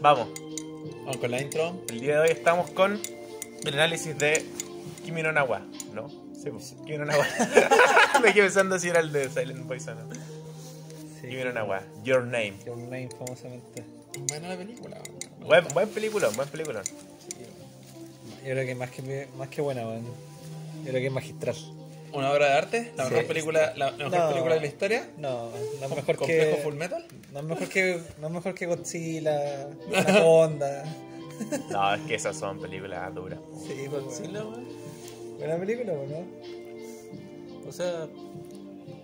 Vamos, Vamos con la intro. el día de hoy estamos con el análisis de Kimi no Nawa, ¿no? Sí, pues, Kimi no Nawa. Me quedé pensando si era el de Silent Voice o no. Kimi no Nawa, Your Name. Your Name, famosamente. Buena la película. Me Buen, gusta. buen peliculón, buen peliculón. Sí. Yo creo que más que, más que buena, weón. Yo creo que es magistral. Una obra de arte, la Sí. mejor película, la, la mejor No. película de la historia. No, no es mejor Complejo que. Full Metal. No es mejor que. No es mejor que Godzilla, Anaconda. No, es que esas son películas duras. po. Sí, Godzilla, weón. pues, Buena película, weón, ¿no? O sea,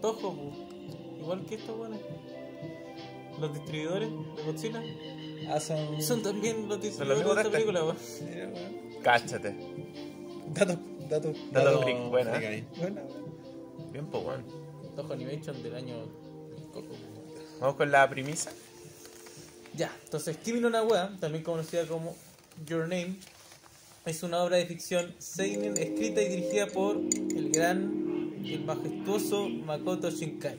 Toho, weón. igual que estos weones. Los distribuidores de Godzilla Ah, son. son también los Son los distribuidores mismos de esta de película, weón. Mira, weón. Cáchate. Datos. Datos. Datos Datos. freak, buena. ¿eh? freak ahí. Buena, weón. Bien, pues, bueno. Toho Animation del año. Coco, weón. Vamos con la premisa. Ya, entonces Kimi no Nawa, también conocida como Your Name, es una obra de ficción seinen escrita y dirigida por el gran y majestuoso Makoto Shinkai.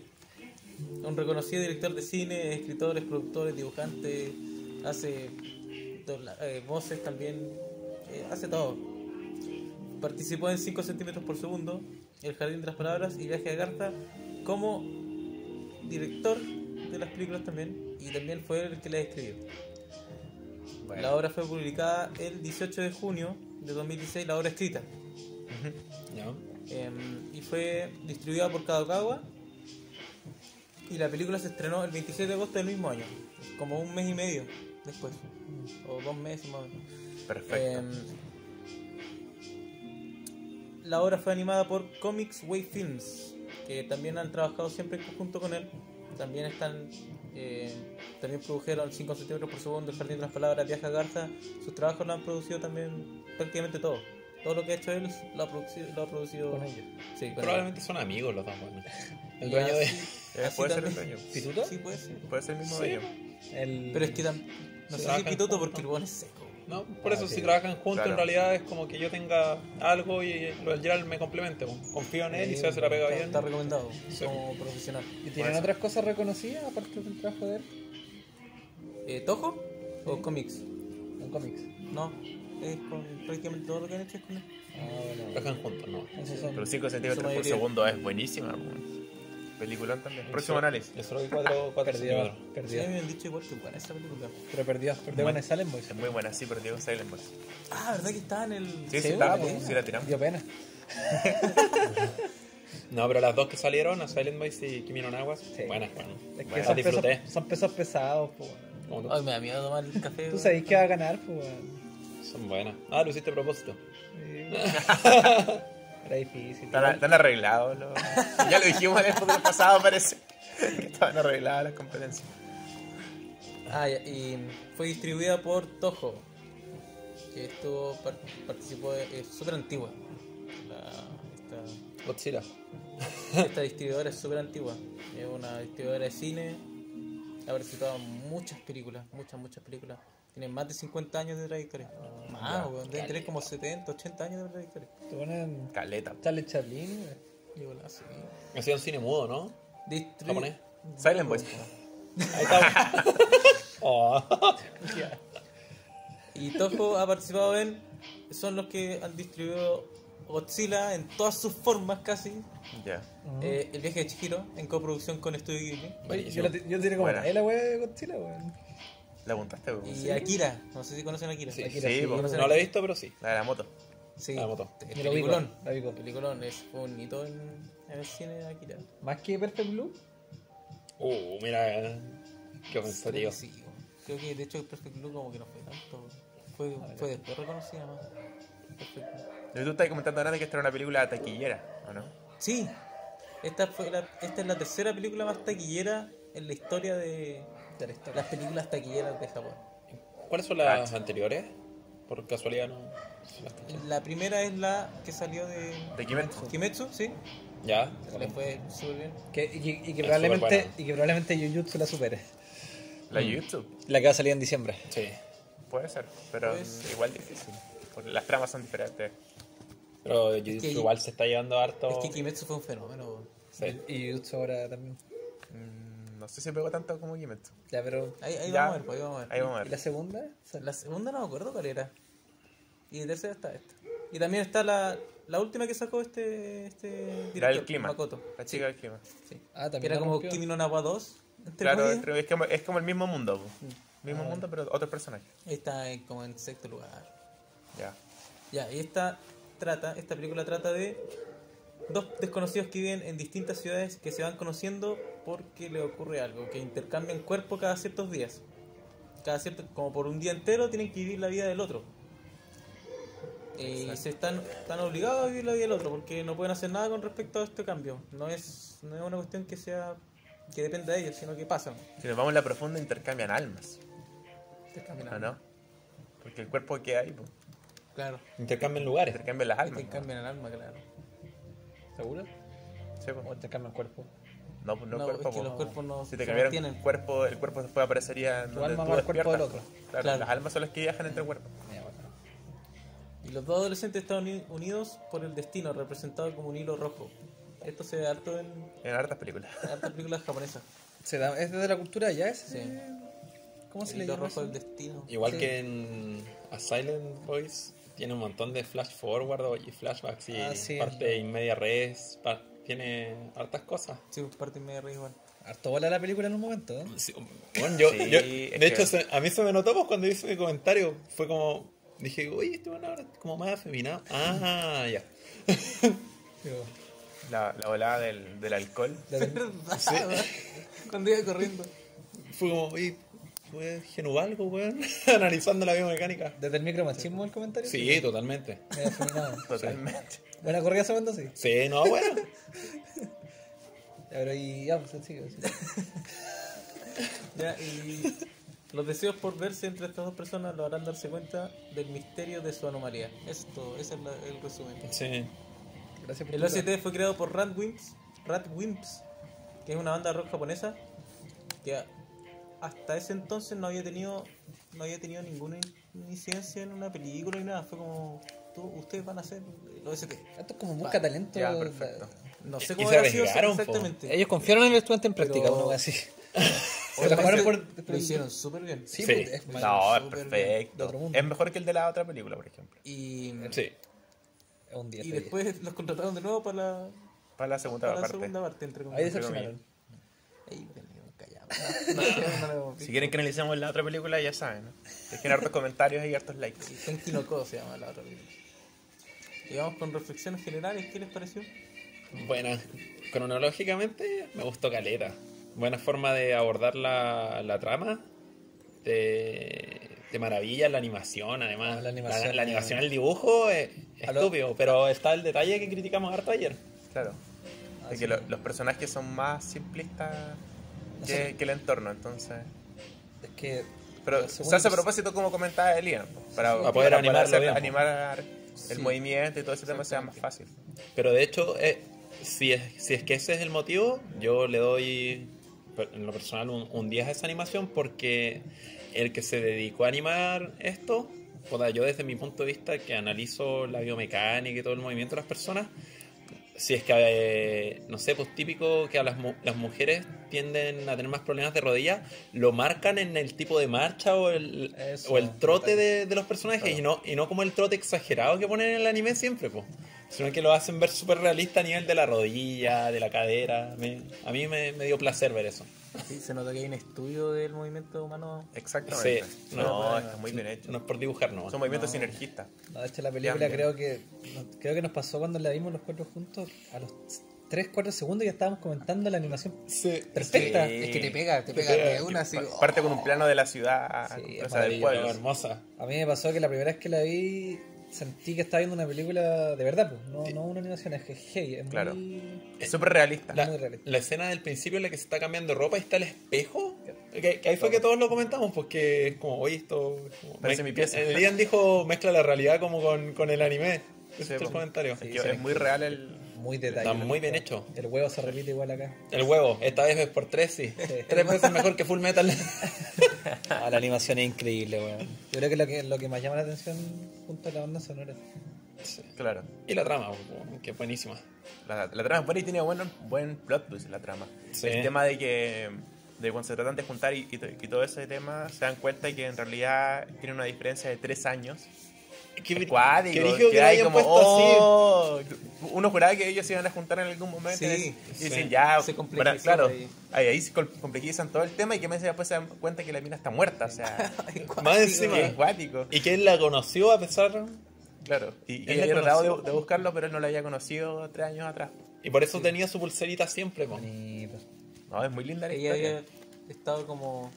Un reconocido director de cine, escritores, productores, dibujantes, hace dobla- eh, voces también, eh, hace todo. Participó en 5 centímetros por segundo, El Jardín de las Palabras y Viaje a Garza como director de las películas también y también fue el que las escribió. La obra fue publicada el 18 de junio de 2016, la obra escrita, em, y fue distribuida por Kadokawa y la película se estrenó el 26 de agosto del mismo año, como un mes y medio después, o dos meses más o menos. Perfecto. Em, la obra fue animada por Comics Way Films, que también han trabajado siempre en conjunto con él. También están, eh, también produjeron 5 centímetros por segundo, El Jardín de las Palabras, Viaja a Garza. Sus trabajos lo han producido también prácticamente todo. Todo lo que ha hecho él lo ha producido. Lo ha producido Con ellos. Sí, con Probablemente son amigos los dos, weón. él. El Y dueño de. así- Eh, así puede ser el también- dueño. ¿Pituto? Sí, puede ser. Puede ser el mismo Sí. dueño. El... Pero es que tam- no sé si trabajan pituto juntos. porque el buen es seco. No, por Ah, eso sí. si trabajan juntos, Claro. en realidad es como que yo tenga algo y eh, lo del Gerald me complemente. weón. Confío en él y se hace la pega Está- bien. Está recomendado Sí. como profesional. ¿Y tienen otras cosas reconocidas aparte del trabajo de él? Eh, ¿Tojo o cómics? En cómics. No, es con prácticamente todo lo que han hecho es con él. Ah, bueno. Trabajan juntos, ¿no? Esos son. Pero 5 centímetros por mayoría. segundo es buenísima. po. Peliculón también. Próximo análisis. Yo solo vi cuatro, cuatro Perdidos. centímetros. Sí, me Perdidos. habían dicho igual que buena esa película. Pero perdidos. Perdidos con el Salem Boys. Es muy buena, sí, pero Diego Silent Voice. Ah, ¿verdad que estaba en el. Sí, sí, Sí, estaba, bueno. pues, sí la tiramos. Dio pena. No, pero las dos que salieron, a Silent Voice y Kimi no Nawas, Sí. buenas, weón. Es que Bueno, son, disfruté. pesos, son pesos pesados, po. weón. Como tú. Ay, me da miedo tomar el café. Tú sabés que va a ganar, po. weón. Son buenas. Ah, lo hiciste a propósito. Sí. Era difícil. Están, están arreglados los... Ya lo dijimos en el podcast pasado, parece. Que estaban arregladas las competencias. Ah, ya, y fue distribuida por Toho. Que estuvo. par- participó. de- Es súper antigua. La- esta, Godzilla. esta distribuidora es súper antigua. Es una distribuidora de cine. Ha participado en muchas películas. Muchas, muchas películas. Tiene más de 50 años de trayectoria. Ah, Más, weón. Debe tener como 70, 80 años de trayectoria. Te ponen Caleta. po. Charlie Chaplin, weón. Y bueno, así. Hacía un cine mudo, ¿no? Distri- Japonés. Silent Voice. Ahí está. oh. Y Toho ha participado en. Son los que han distribuido Godzilla en todas sus formas casi. Ya. Eh, el viaje de Chihiro en coproducción con Studio Ghibli. Yo, Buenísimo. la- yo tiene como Buena. la la weá de Godzilla, weón. La apuntaste, po. Y Akira. No sé si conocen a Akira. Sí. Akira, Sí, po. weón. No lo he visto, pero sí. La de la moto. Sí. La moto. Es Yo lo ubico, peliculón. la ubico. Peliculón. Es fue un hito en, en el cine de Akira. Más que Perfect Blue. Uh, mira. eh, Qué Creo ofensivo. que sí, güey. Creo que de hecho el Perfect Blue como que no fue tanto. Fue, fue después reconocida más. Perfect Blue. Y tú estabas comentando antes que esta era una película taquillera, ¿o no? Sí, esta, fue la- esta es la tercera película más taquillera en la historia de De la historia. las películas taquilleras de Japón. ¿Cuáles son las anteriores? Por casualidad no. se las caché. La primera es la que salió de De Kimetsu. Kimetsu, sí, Ya. le fue súper bien. Que, y, que- y que Es probablemente, superbuena. y que probablemente Jujutsu la supere. Mm. La YouTube. La que va a salir en diciembre. Sí. Puede ser, pero Puede ser. igual difícil. Porque las tramas son diferentes. Pero Jujutsu que- igual se está llevando harto. Es que Kimetsu fue un fenómeno. güey. Sí. Y Jujutsu ahora también. Mm, no sé si se pegó tanto como Kimetsu. Ya, pero. Ahí, ahí Ya. vamos a ver, pues, ahí vamos a ver. Ahí vamos a ¿Y la ver. segunda? La segunda no me acuerdo cuál era. Y la tercera está esta. Y también está la, la última que sacó este, este director, Era el clima. Makoto. La chica del clima. Sí. Ah, también. Era la como rompió. Kimi no Nawa 2. entre Claro, comillas. entre- es como, es como el mismo mundo. po. Mm. Mismo Ah, mundo, pero otros personajes. Ahí Está en- como en sexto lugar. Ya. Ya, y esta trata, esta película trata de dos desconocidos que viven en distintas ciudades que se van conociendo porque le ocurre algo, que intercambian cuerpo cada ciertos días. Cada cierto, como por un día entero tienen que vivir la vida del otro. Y Exacto. se están, están obligados a vivir la vida del otro porque no pueden hacer nada con respecto a este cambio. No es, no es una cuestión que sea que dependa de ellos, sino que pasan. Si nos vamos a la profunda, intercambian almas. Intercambian ¿O Ah, no? Porque el cuerpo que hay, pues, po, Claro. Intercambian lugares. intercambian las almas. Intercambian el alma, claro. ¿Seguro? ¿no? Sí, po. ¿O intercambian cuerpo? No, pues, no, No, cuerpo. es que po. los cuerpos no si te se cambiaran mantienen. el cuerpo, el cuerpo después aparecería en Tu donde alma tú va al cuerpo despiertas, del po. otro. Claro, Claro. Las almas son las que viajan entre cuerpos. Mira, bueno. Y los dos adolescentes están uni- unidos por el destino, representado como un hilo rojo. Esto se ve harto en, En hartas películas. en hartas películas japonesas. Se da- ¿Es de la cultura ya? ¿Es, Sí. Mm, ¿Cómo se el le hilo llama? rojo del eso? destino. Igual Sí. que en A Silent Voice tiene un montón de flash forward y flashbacks y Ah, sí. parte y media res, par- tiene hartas cosas. Sí, parte medio re igual. Harto bola la película en un momento, ¿eh? Sí, bueno, yo, Sí, yo- de es que- hecho, se- a mí se me notó pues, cuando hice mi comentario. Fue como, dije, oye, este bueno ahora es como más afeminado. Ah, ya. Digo, La, la volada del, del alcohol. la tem- Cuando iba corriendo. Fue como, oye, weón, Genubalgo, weón, analizando la biomecánica. ¿Desde el micromachismo el comentario? Sí, totalmente. Eh, afeminado. Totalmente. Buena corrida esa banda, sí. Ya, Sí, no, bueno. Pero y ya, pues sí, sí. Ya, y los deseos por verse entre estas dos personas lo harán darse cuenta del misterio de su anomalía. Esto, ese es la- el resumen. Sí. Gracias por El tu- OCT fue creado por Rat Wimps, Rat Wimps, que es una banda de rock japonesa que a- hasta ese entonces no había tenido no había tenido ninguna in- incidencia en una película ni nada. Fue como, tú, ustedes van a hacer el OST. Esto es como busca talento. Ya, perfecto. No sé Y cómo se habrá sido arriesgaron, po. exactamente. Ellos confiaron en el estudiante en práctica, práctica, una wea así. Oye, Se la jugaron parece- por- Lo hicieron súper bien. Sí, Sí. pues, es- No, es súper bien. De perfecto. otro mundo. Es mejor que el de la otra película, por ejemplo. Y, Sí. es un día. y está bien. después los contrataron de nuevo para la, Para la segunda para la parte. segunda parte, entre Ahí comillas. decepcionaron. Ahí, callado. No, no, no, no, no. Si quieren que analicemos la otra película, ya saben. ¿no? Dejen hartos comentarios y hartos likes. Tenki no Ko se llama la otra película. Y vamos con reflexiones generales, ¿qué les pareció? Bueno, cronológicamente me gustó Caleta. Buena forma de abordar la, la trama. Te, te maravilla la animación, además. Ah, la animación, la, animación, eh. el dibujo es A lo- estúpido, pero está el detalle que criticamos harto ayer. Claro. Ah, de sí. que lo- los personajes son más simplistas Ah, No que, sé. que el entorno, entonces. Es que. Pero Lo segundo se hace a que- propósito, como comentaba Elian, po, para, pues, Para poder animarlo hacer- bien, pues. po. animar el Sí. movimiento y todo ese tema sea más fácil. Pero de hecho, eh, si, es, si es que ese es el motivo, yo le doy per- en lo personal un, un 10 a esa animación porque el que se dedicó a animar esto, puta, yo desde mi punto de vista que analizo la biomecánica y todo el movimiento de las personas, si es que, eh, no sé, pues típico que a las, mu- las mujeres tienden a tener más problemas de rodillas, lo marcan en el tipo de marcha o el, Eso, o el trote total. de, de los personajes y, no, y no como el trote exagerado que ponen en el anime siempre, pues. Sino que lo hacen ver súper realista a nivel de la rodilla, de la cadera. Me- a mí me, me dio placer ver eso. Sí, se nota que hay un estudio del movimiento humano. Exactamente. Sí. no, No, está muy bien hecho. No es por dibujar, no. Son movimientos sinergistas. No, de hecho, la película Cambia. creo que. no- Creo que nos pasó cuando la vimos los cuatro juntos. A los 3, 4 segundos ya estábamos comentando la animación perfecta. Sí. Es que te pega, te Te pega, pega. de una así. oh, Pa- Parte con un plano de la ciudad, Sí, o es sea, del Maravilla, pueblo. hermosa. A mí me pasó que la primera vez que la vi sentí que estaba viendo una película de verdad, pues. No, no una animación, es que es heavy, es Claro. muy. Es súper realista. La, Muy realista. la escena del principio en la que se está cambiando ropa y está el espejo. Que, que ahí fue que todos lo comentamos, porque es como, oye, esto. es como- Parece mi pieza. El Ian dijo, mezcla la realidad como con, con el anime. Ese Sí, eh. es el po. comentario. Es, que es muy real el. Muy detallado. Está muy bien hecho. El huevo se repite igual acá. El huevo, esta vez es por tres, sí. Tres veces mejor que Full Metal. Ah, la animación es increíble, weón. Yo creo que lo que, lo que más llama la atención junto a la banda sonora. Sí. Claro. Y la trama, po, que es buenísima. La, la trama es buena y tiene buen, buen plot twist la trama. Sí. El tema de que de cuando se tratan de juntar y, y to- y todo ese tema, se dan cuenta que en realidad tiene una diferencia de tres años. Qué, bri- Cuático, qué brígido que lo hay hayan como, puesto "Oh". Uno juraba que ellos se iban a juntar en algún momento. Sí, y sí. dicen, ya, Se complejizó bueno, claro, ahí. ahí. ahí se com- complejizan todo el tema y que meses después se dan cuenta que la mina está muerta. O sea, así. Más encima. que es cuático. ¿Y quién la conoció a pesar? Claro, y, y Él la había tratado de, conoció. de buscarlo, pero él no lo había conocido tres años atrás. Y por eso tenía su pulserita siempre, pues. po. Bonito. No, es muy linda la Ella historia. había estado como.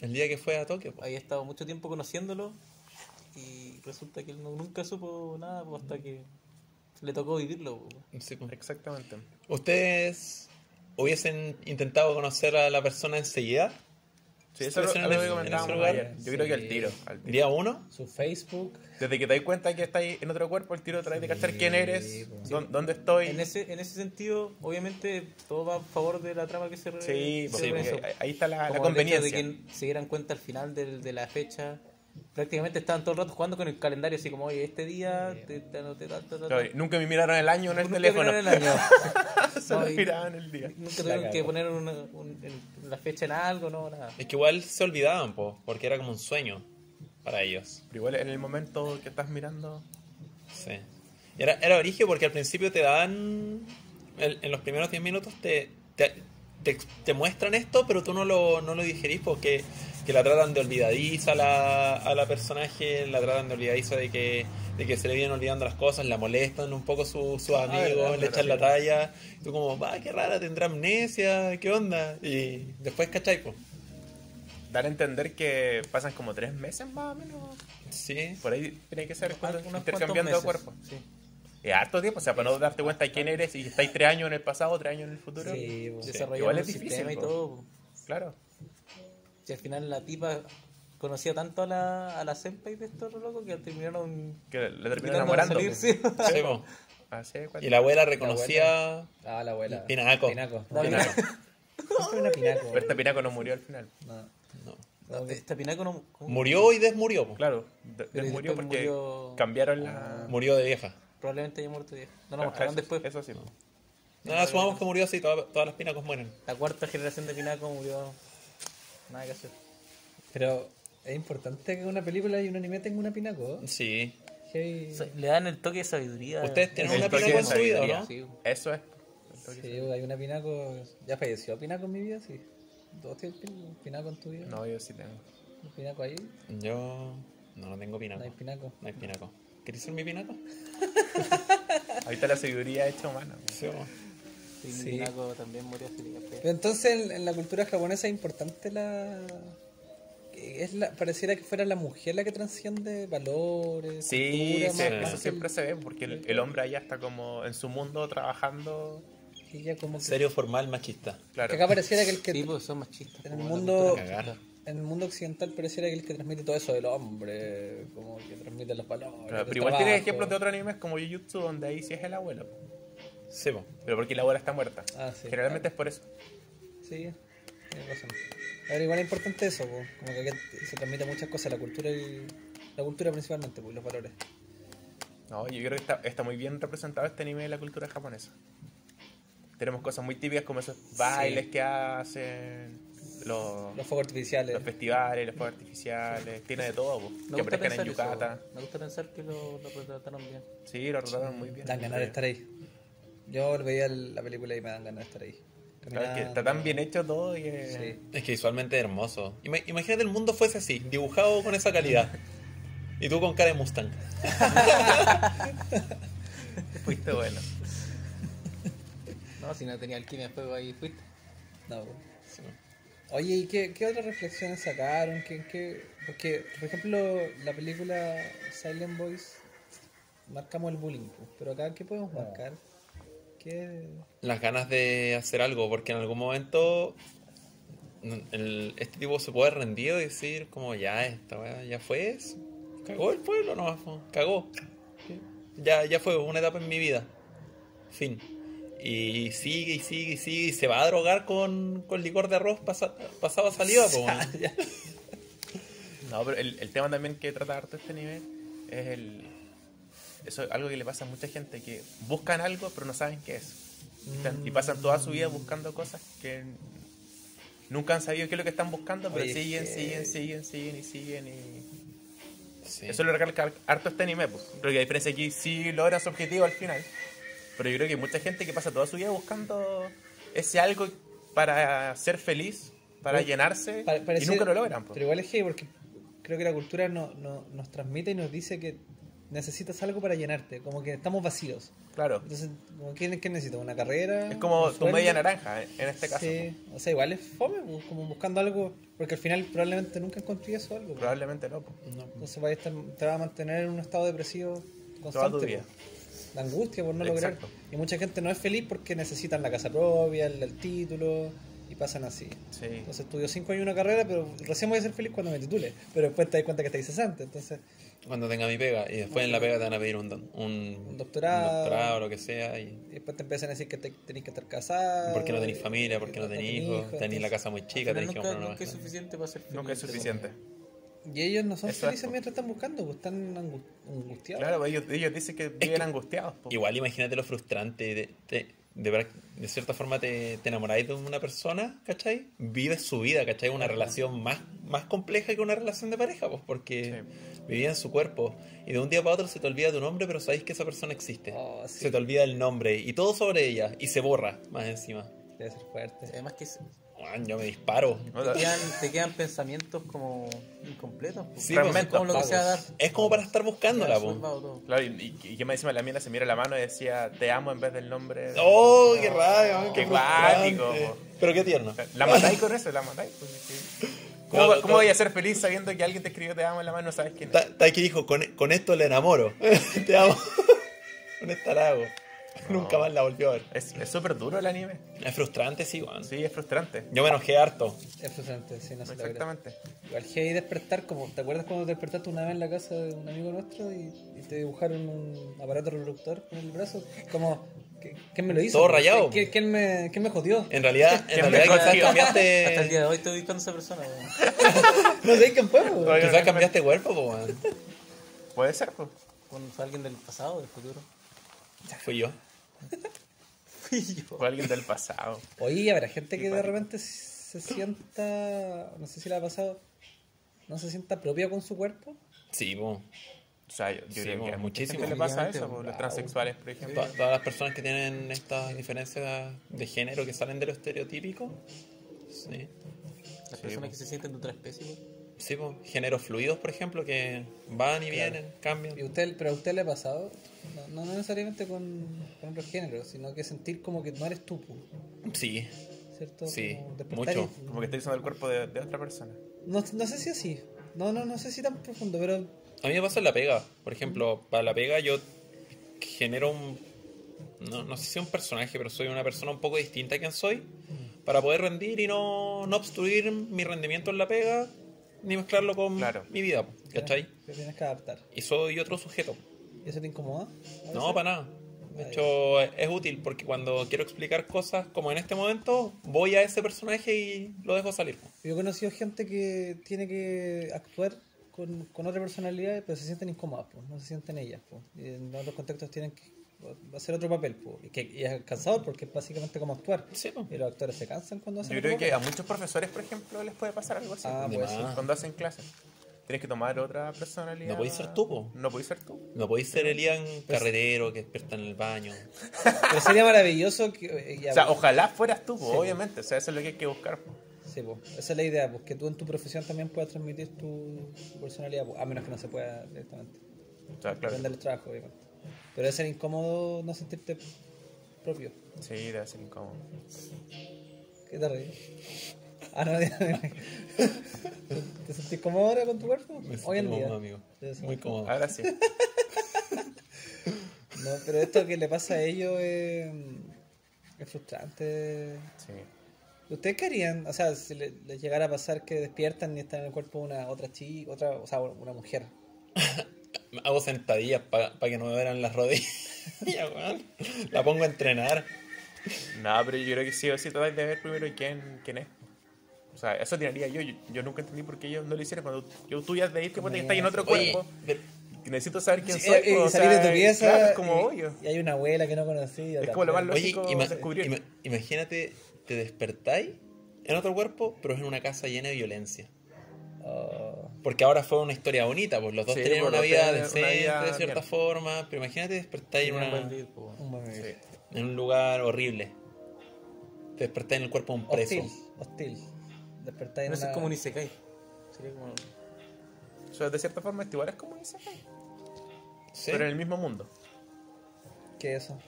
El día que fue a Tokio, pues. po. Había estado mucho tiempo conociéndolo y resulta que él no- nunca supo nada pues, hasta que le tocó vivirlo. pues. Sí, po. Exactamente. ¿Ustedes hubiesen intentado conocer a la persona enseguida? Sí, eso es ¿Estuvieron lo en- que en ese comentábamos lugar? ayer. Yo creo que al Sí. tiro, al tiro. ¿Día uno? Su Facebook. Desde que te das cuenta que estáis en otro cuerpo, el tiro trae de cachar Sí, quién eres, po. dó- dónde estoy. En ese, en ese sentido, obviamente, todo va a favor de la trama que se re- Sí, se porque realizó. ahí- ahí está Ah, la, la Como el hecho conveniencia. de que se dieran cuenta al final del- de la fecha. Prácticamente estaban todo el rato jugando con el calendario, así como, oye, este día te, te anoté tal, tal, tal, Claro, tal. y nunca me miraron el año en el Nunca teléfono, vieron el año. solo No, y- miraban el día. Nunca tuvieron que cagó. poner una, un- en- la fecha en algo, no, nada. Es que igual se olvidaban, po, porque era como un sueño para ellos. Pero igual en el momento que estás mirando, Sí. Era, era origio porque al principio te dan. el- en los primeros 10 minutos te, te, te- te muestran esto, pero tú no lo, no lo digerís porque que la tratan de olvidadiza a la, a la personaje, la tratan de olvidadiza de que, de que se le vienen olvidando las cosas, la molestan un poco su- sus amigos, Ah, verdad, le echan verdad. la talla. Y tú, como, va, qué rara, tendrá amnesia, qué onda. Y después, ¿cachai? Pues, po? dar a entender que pasan como tres meses más o menos. Sí. Por ahí tiene que ser cuando Unos cuantos intercambiando meses, cuerpos. sí. Es harto tiempo, o sea, para no darte cuenta de quién eres y estáis tres años en el pasado, tres años en el futuro. Sí, po. igual Desarrollando es el difícil, sistema y po. todo. po. Claro. Y al final la tipa conocía tanto a la, a la senpai de estos locos que terminaron Que le terminó invitando a enamorando. salir, sí. sí, po. Así es, Y la abuela reconocía. Ah, la abuela. Pinaco. Pinaco. La Pinaco. Siempre una pinaco. Pero este pinaco no murió al final. No. no. Como que- Esta pinaco no... ¿cómo? Murió y desmurió. po. Claro, de- Pero murió después porque murió- cambiaron la. Murió de vieja. Probablemente haya muerto viejo. No lo Claro, mostraron eso- después. Eso sí. No, asumamos que murió así, toda- todas las pinacos mueren. La cuarta generación de pinaco murió... Nada que hacer. Pero es importante que una película y un anime tenga una pinaco. ¿eh? Sí. Heavy. Le dan el toque de sabiduría. Ustedes tienen El una toque pinaco de en su vida, ¿no? Sí, po. Eso es. Sí, hay una pinaco. Ya falleció pinaco en mi vida, sí. ¿Dos tienes pin- pinaco en tu vida? No, yo sí tengo. ¿Un pinaco ahí? Yo no, no tengo No hay pinaco. pinaco. No hay pinaco. ¿Querés ser mi pinaco? Ahí está la sabiduría hecha humana. Sí. vamos. Sí, Sí. Pinaco también murió así que fue- Pero entonces en, en la cultura japonesa es importante la... que Es la, pareciera que fuera la mujer la que transciende valores. Sí, cultura, sí, más- sí. más eso que siempre el- se ve, porque el, el hombre allá está como en su mundo trabajando. que ella como que- Serio, formal, machista. que Claro. acá pareciera que el que Sí, pues son machistas. en el po, la mundo cultura Cagar. en el mundo occidental pareciera que el que transmite todo eso del hombre, como que transmite los valores. Claro, el pero igual tienes trabajo. ejemplos de otros animes como Jujutsu, donde ahí sí es el abuelo. Sí, po. Pero porque la abuela está muerta. Ah, sí. Generalmente es por eso. Sí, tienes razón. A ver, igual es importante eso, po, como que acá se transmite muchas cosas, la cultura y la cultura principalmente, pues los valores. No, yo creo que está, está muy bien representado este anime de la cultura japonesa. Tenemos cosas muy típicas como esos bailes que hacen, los, Los fuegos artificiales. los festivales, los fuegos artificiales, tiene de todo, po, que Me gusta aparezcan en pensar eso, Yucata. Me gusta pensar que lo, lo retrataron bien. Sí, lo trataron muy bien. Dan ganas de estar ahí. Yo veía el- la película y me dan ganas de estar ahí. Claro, es que está Caminando. tan bien eh. hecho todo que... Sí. Es que visualmente hermoso. Ima- imagínate el mundo fuese así, dibujado con esa calidad. Y tú con cara de Mustang. Fuiste bueno. No, si no tenía alquimia de fuego ahí fuiste. No, po. Sí. Oye, ¿y qué, qué otras reflexiones sacaron? ¿Qué, qué- Porque, por ejemplo, la película Silent Boys marcamos el bullying, pues, pero acá, ¿qué podemos marcar? ¿Qué... Las ganas de hacer algo, porque en algún momento el- este tipo se puede haber rendido y decir, como ya, esta weá ya fue eso. Cagó el pueblo nomás, po. cagó. Ya, ya fue una etapa en mi vida. Fin. Y sigue y sigue y sigue y se va a drogar con, con licor de arroz pasa- pasado a saliva, po, weón. No, pero el, el tema también que trata harto este nivel es el... Eso es algo que le pasa a mucha gente, que buscan algo pero no saben qué es. Están- Y pasan toda su vida buscando cosas que, Nunca han sabido qué es lo que están buscando, pero Oye, siguen, que- siguen, siguen, siguen y siguen y... Sí. Eso lo recalca harto este anime, pues. Creo que a diferencia aquí sí logra su objetivo al final. Pero yo creo que hay mucha gente que pasa toda su vida buscando ese algo para ser feliz, para Uy, llenarse, Pa- y parece- nunca lo logran, pues. Pero igual es heavy porque creo que la cultura no, no- nos transmite y nos dice que necesitas algo para llenarte, como que estamos vacíos. Claro. Entonces, como, ¿qué, qué necesitas? ¿Una carrera? Es como ¿Un tu media sueldo? naranja, eh, en este caso. Sí, o sea, igual es fome, pues, como buscando algo, porque al final probablemente nunca encontré eso algo. pues. Probablemente no, pues. No. Entonces vas a estar, te vas a mantener en un estado depresivo constante. Toda tu vida. pues. La angustia por no Exacto. lograr. Y mucha gente no es feliz porque necesitan la casa propia, el, el título, y pasan así. Sí. Entonces estudio 5 años una carrera, pero recién voy a ser feliz cuando me titule. Pero después te das cuenta que estáis cesante. Entonces, Cuando tenga mi pega. Y después en la pega te van a pedir un, don- un, Un doctorado. un doctorado o lo que sea. Y... y después te empiezan a decir que te, tenés que estar casado. ¿Por qué no Eh, tenéis familia? ¿Por qué no tenéis hijos? Tenéis la entonces- casa muy Al chica, final tenéis que nunca, comprar una nunca es más grande. suficiente para ser feliz. Nunca es suficiente. Y ellos no son Eso es, felices po. mientras están buscando, pues, están angu- angustiados. Claro, pues, ellos, ellos dicen que viven angustiados, pues. Igual imagínate lo frustrante. De, te- de, ver- de cierta forma te, te enamoráis de una persona, ¿cachai? Vives su vida, ¿cachai? Una relación más, más compleja que una relación de pareja, pues porque vivía en su cuerpo. Y de un día para otro se te olvida tu nombre, pero sabéis que esa persona existe. Oh, sí. Se te olvida el nombre y todo sobre ella. Y se borra, más encima. Debe ser fuerte. Además que se- Juan, yo me disparo. Hola. te quedan, te quedan pensamientos como incompletos. pues. Sí, No sé pues, cómo lo que vagos. sea dar. Es como para estar buscándola, pues. Ya, po. soy vago todo. Claro, y, y- y que me encima la mierda se mira la mano y decía te amo en vez del nombre. de- ¡Oh, qué rabia! Qué ¡Qué frustrante. cuático. Pero qué tierno. Eh. La matáis con eso, la matáis. pues, sí. ¿Cómo, Claro, cómo todo- voy a ser feliz sabiendo que alguien te escribió te amo en la mano y no sabes quién es? Ta- Taiki dijo, con, e-, con esto le enamoro. Te amo. con esta la hago. Nunca más la volvió a ver. Es es súper duro el anime. Es frustrante, sí, weón. Sí, es frustrante. Yo me enojé harto. Es frustrante, sí, no se logra. Exactamente. Igual que ahí despertar, como, ¿te acuerdas cuando te despertaste una vez en la casa de un amigo nuestro y, y te dibujaron un aparato reproductor con el brazo? Como, ¿qué- ¿quién me lo hizo? Todo rayado. Eh. ¿Qui- ¿Quién me, quién me jodió? En realidad, Qué en realidad mejor, quizás tío. Hasta el cambiaste. día de hoy estoy buscando a esa persona. weón. No sé quién fue, weón. Todavía no Quizás encuentro- cambiaste cuerpo, po, weón. Puede ser, pues. Con fue alguien del pasado, del futuro. Fui yo. Fui yo. Fue alguien del pasado. Oye, habrá gente que de Simpático. repente se sienta, no sé si le ha pasado, no se sienta propia con su cuerpo. Sí, po. O sea, yo, yo Sí, creo que bueno, a muchísimo. mucha gente le pasa Obviamente, eso, pues, los wow. transexuales, por ejemplo. To- todas las personas que tienen estas diferencias de género que salen de lo estereotípico. Sí. Las personas que se sienten de otra especie. weón. Sí, po. Géneros fluidos, por ejemplo, que van y vienen, cambian. ¿Y usted, pero a usted le ha pasado, no, no necesariamente con, con otros géneros, sino que sentir como que no eres tú, po, Sí, ¿cierto? Sí, Como despertar y- mucho. Como que estoy usando el cuerpo de, de otra persona. No, no sé si así, no, no, no sé si tan profundo, pero A mí me pasa en la pega. Por ejemplo, para la pega yo genero un... No, no sé si un personaje, pero soy una persona un poco distinta a quien soy. Para poder rendir y no, no obstruir mi rendimiento en la pega, ni mezclarlo con Claro. mi vida. po, ¿Cachai? te tienes que adaptar. Y soy otro sujeto. ¿Y eso te incomoda? No, para nada. De hecho, es útil porque cuando quiero explicar cosas, como en este momento, voy a ese personaje y lo dejo salir. po. Yo he conocido gente que tiene que actuar con, con otra personalidad, pero se sienten incómodas, po, no se sienten ellas. po. Y en otros contextos tienen que hacer otro papel, po, y, que, y es cansador porque es básicamente como actuar. Sí, po. Y los actores se cansan cuando hacen Yo otro creo que a papel. muchos profesores, por ejemplo, les puede pasar algo así. Ah, De puede más. ser. Cuando hacen clases. Tienes que tomar otra personalidad. No podís ser tú, po. No podéis ser tú. No podéis ser el Ian pues carretero que despierta en el baño. Pero sería maravilloso que... eh, ya, O sea, ojalá fueras tú, po, Sí. obviamente. O sea, eso es lo que hay que buscar. po. Sí, po. esa es la idea, pues que tú en tu profesión también puedas transmitir tu tu personalidad, po, a menos que no se pueda directamente. O sea, claro. Depende de los trabajos, obviamente. Pero debe ser incómodo no sentirte propio. Sí, debe ser incómodo. ¿Qué te reí? Ah, no, ¿Te sentís cómodo ahora con tu cuerpo? Me siento Hoy en como día. un amigo. Debe ser. Muy cómodo. Ahora sí. No, pero esto que le pasa a ellos es, es frustrante. Sí. ¿Ustedes qué harían? O sea, si le- les llegara a pasar que despiertan y están en el cuerpo de una otra chica, otra, o sea, una mujer. Hago sentadillas para que no me vean las rodillas, weón. La pongo a entrenar. No, pero yo creo que sí o sí tratáis de ver primero quién, quién es. O sea, eso tiraría yo. yo. yo nunca entendí por qué ellos no lo hicieron. Cuando yo, tú ya de ahí te cuenta que estás en otro Oye, cuerpo. pero- Necesito saber quién Sí, soy. eh, po, eh, o salir sea, de tu pieza. Claro, es como y, hoyo. y hay una abuela que no conocí. Es como lo más oye, Lógico ima- descubrir. ima- imagínate, te despertáis en otro cuerpo, pero es en una casa llena de violencia. Oh, Porque ahora fue una historia bonita, pues los dos Sí, tenían pues, una los vida tenían decente una vida de cierta bien. forma, pero imagínate despertar en, Tenía una- un buen lead, po. Un buen Sí. en un lugar horrible. Te despertar en el cuerpo de un preso. Hostil, hostil. Despertáis en Pero eso una- es como un Isekai. Sería como. O sea, de cierta forma, este igual es como un isekai, Sí. pero en el mismo mundo. ¿Qué es eso?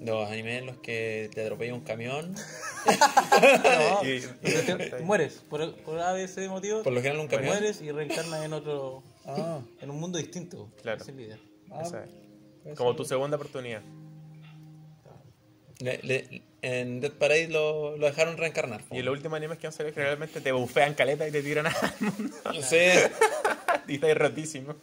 Los animes en los que te atropella un camión. No, Y- pero te- te mueres por, por ABC motivo. Por lo general un te camión. mueres y reencarnas en otro. Ah, en un mundo distinto. Claro. Esa es la idea. ah, Esa es. puede Como ser. tu segunda oportunidad. Le- le- en Dead Parade lo, lo dejaron reencarnar. pues. po. Y los últimos animes que han salido generalmente te bufean caleta y te tiran a... Sí. y estás rotísimo.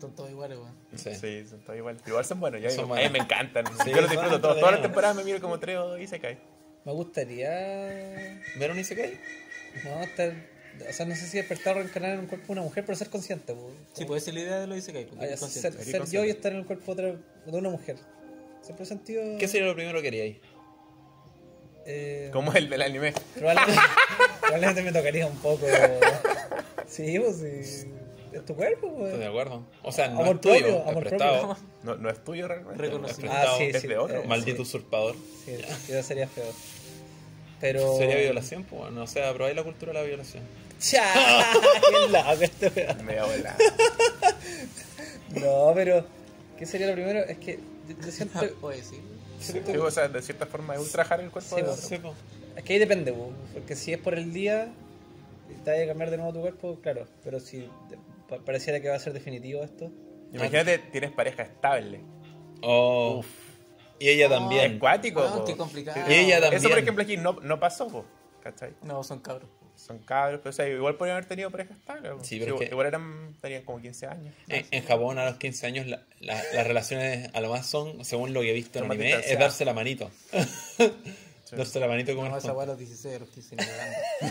Son todos iguales, weón. Sí. Sí, son todos iguales. Pero igual son buenos. Yo Son digo, buenos. "Ay, me encantan. Sí, yo los son disfruto todos. Todas las entretenidos. temporadas me miro como tres o dos y se cae. Me gustaría. ¿Vieron un Isekai? No, estar. O sea, no sé si despertar o reencarnar en un cuerpo de una mujer, pero ser consciente. po. Sí, pues esa es la idea de los Isekai. porque Ah, ya, es consciente. ser aquí ser yo consciente. y estar en el cuerpo de, otra- de una mujer. Siempre he sentido. ¿Qué sería lo primero que queríais? Eh, Como el del anime. Probablemente, probablemente me tocaría un poco. Sí, pues sí. Es tu cuerpo, Estoy de pues. acuerdo. O sea, no Amor es tuyo, propio, es amor prestado. propio. No, no es tuyo realmente. Reconocido. Ah, sí, es sí, de otro. eh, Maldito sí. usurpador. Sí, eso sería feo. Pero. Sería violación, pues. bueno, O sea, probáis la cultura de la violación. ¡Chá! ¡Qué loco este weón! Me abuela. No, pero. ¿Qué sería lo primero? Es que yo, yo siento. Oye, sí. siento- Sí, o sea, de cierta forma es ultrajar el cuerpo Sí, de po. otro. Sí, pues. Es que ahí depende, po, porque si es por el día, te vas a cambiar de nuevo tu cuerpo, claro. Pero si te- pa- pareciera que va a ser definitivo esto. Imagínate, tienes pareja estable. Oh. Y ella también. Es cuático. Ah, po. qué complicado. Y ella también. Eso, por ejemplo, aquí no, no pasó, po, ¿cachai? No, son cabros. Son cabros, pero o sea, igual podrían haber tenido pareja estable. po. Sí, pero es que- Igual eran, tenían como 15 años. En, en Japón a los 15 años la- la- las relaciones a lo más son, según lo que he visto en Son más anime, es distanciadas. darse la manito. darse la manito como No el vas a jugar a los 16, a los 15 ni cagando. Ah,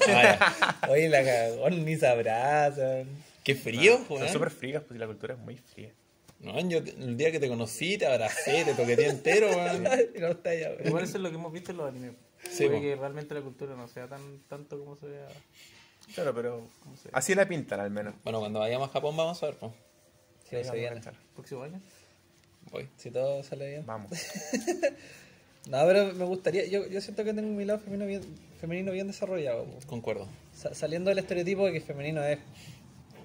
ya. Oye, la cagón, ni se abrazan. Qué frío, Son weón. súper frías, pues y la cultura es muy fría. No, yo te- el día que te conocí, te abracé, te toqueteé entero, weón. Y no está ya, Igual eso es lo que hemos visto en los animes. Sí, Puede po. que realmente la cultura no sea tan tanto como se vea. Claro, pero Como se así la pintan al menos. Bueno, cuando vayamos a Japón vamos a ver, pues. Si todo se viene. Próximo año. Voy. Si todo sale bien. Vamos. No, pero me gustaría. Yo, yo siento que tengo mi lado femenino bien, femenino bien desarrollado. po. Concuerdo. Sa- saliendo del estereotipo de que femenino es.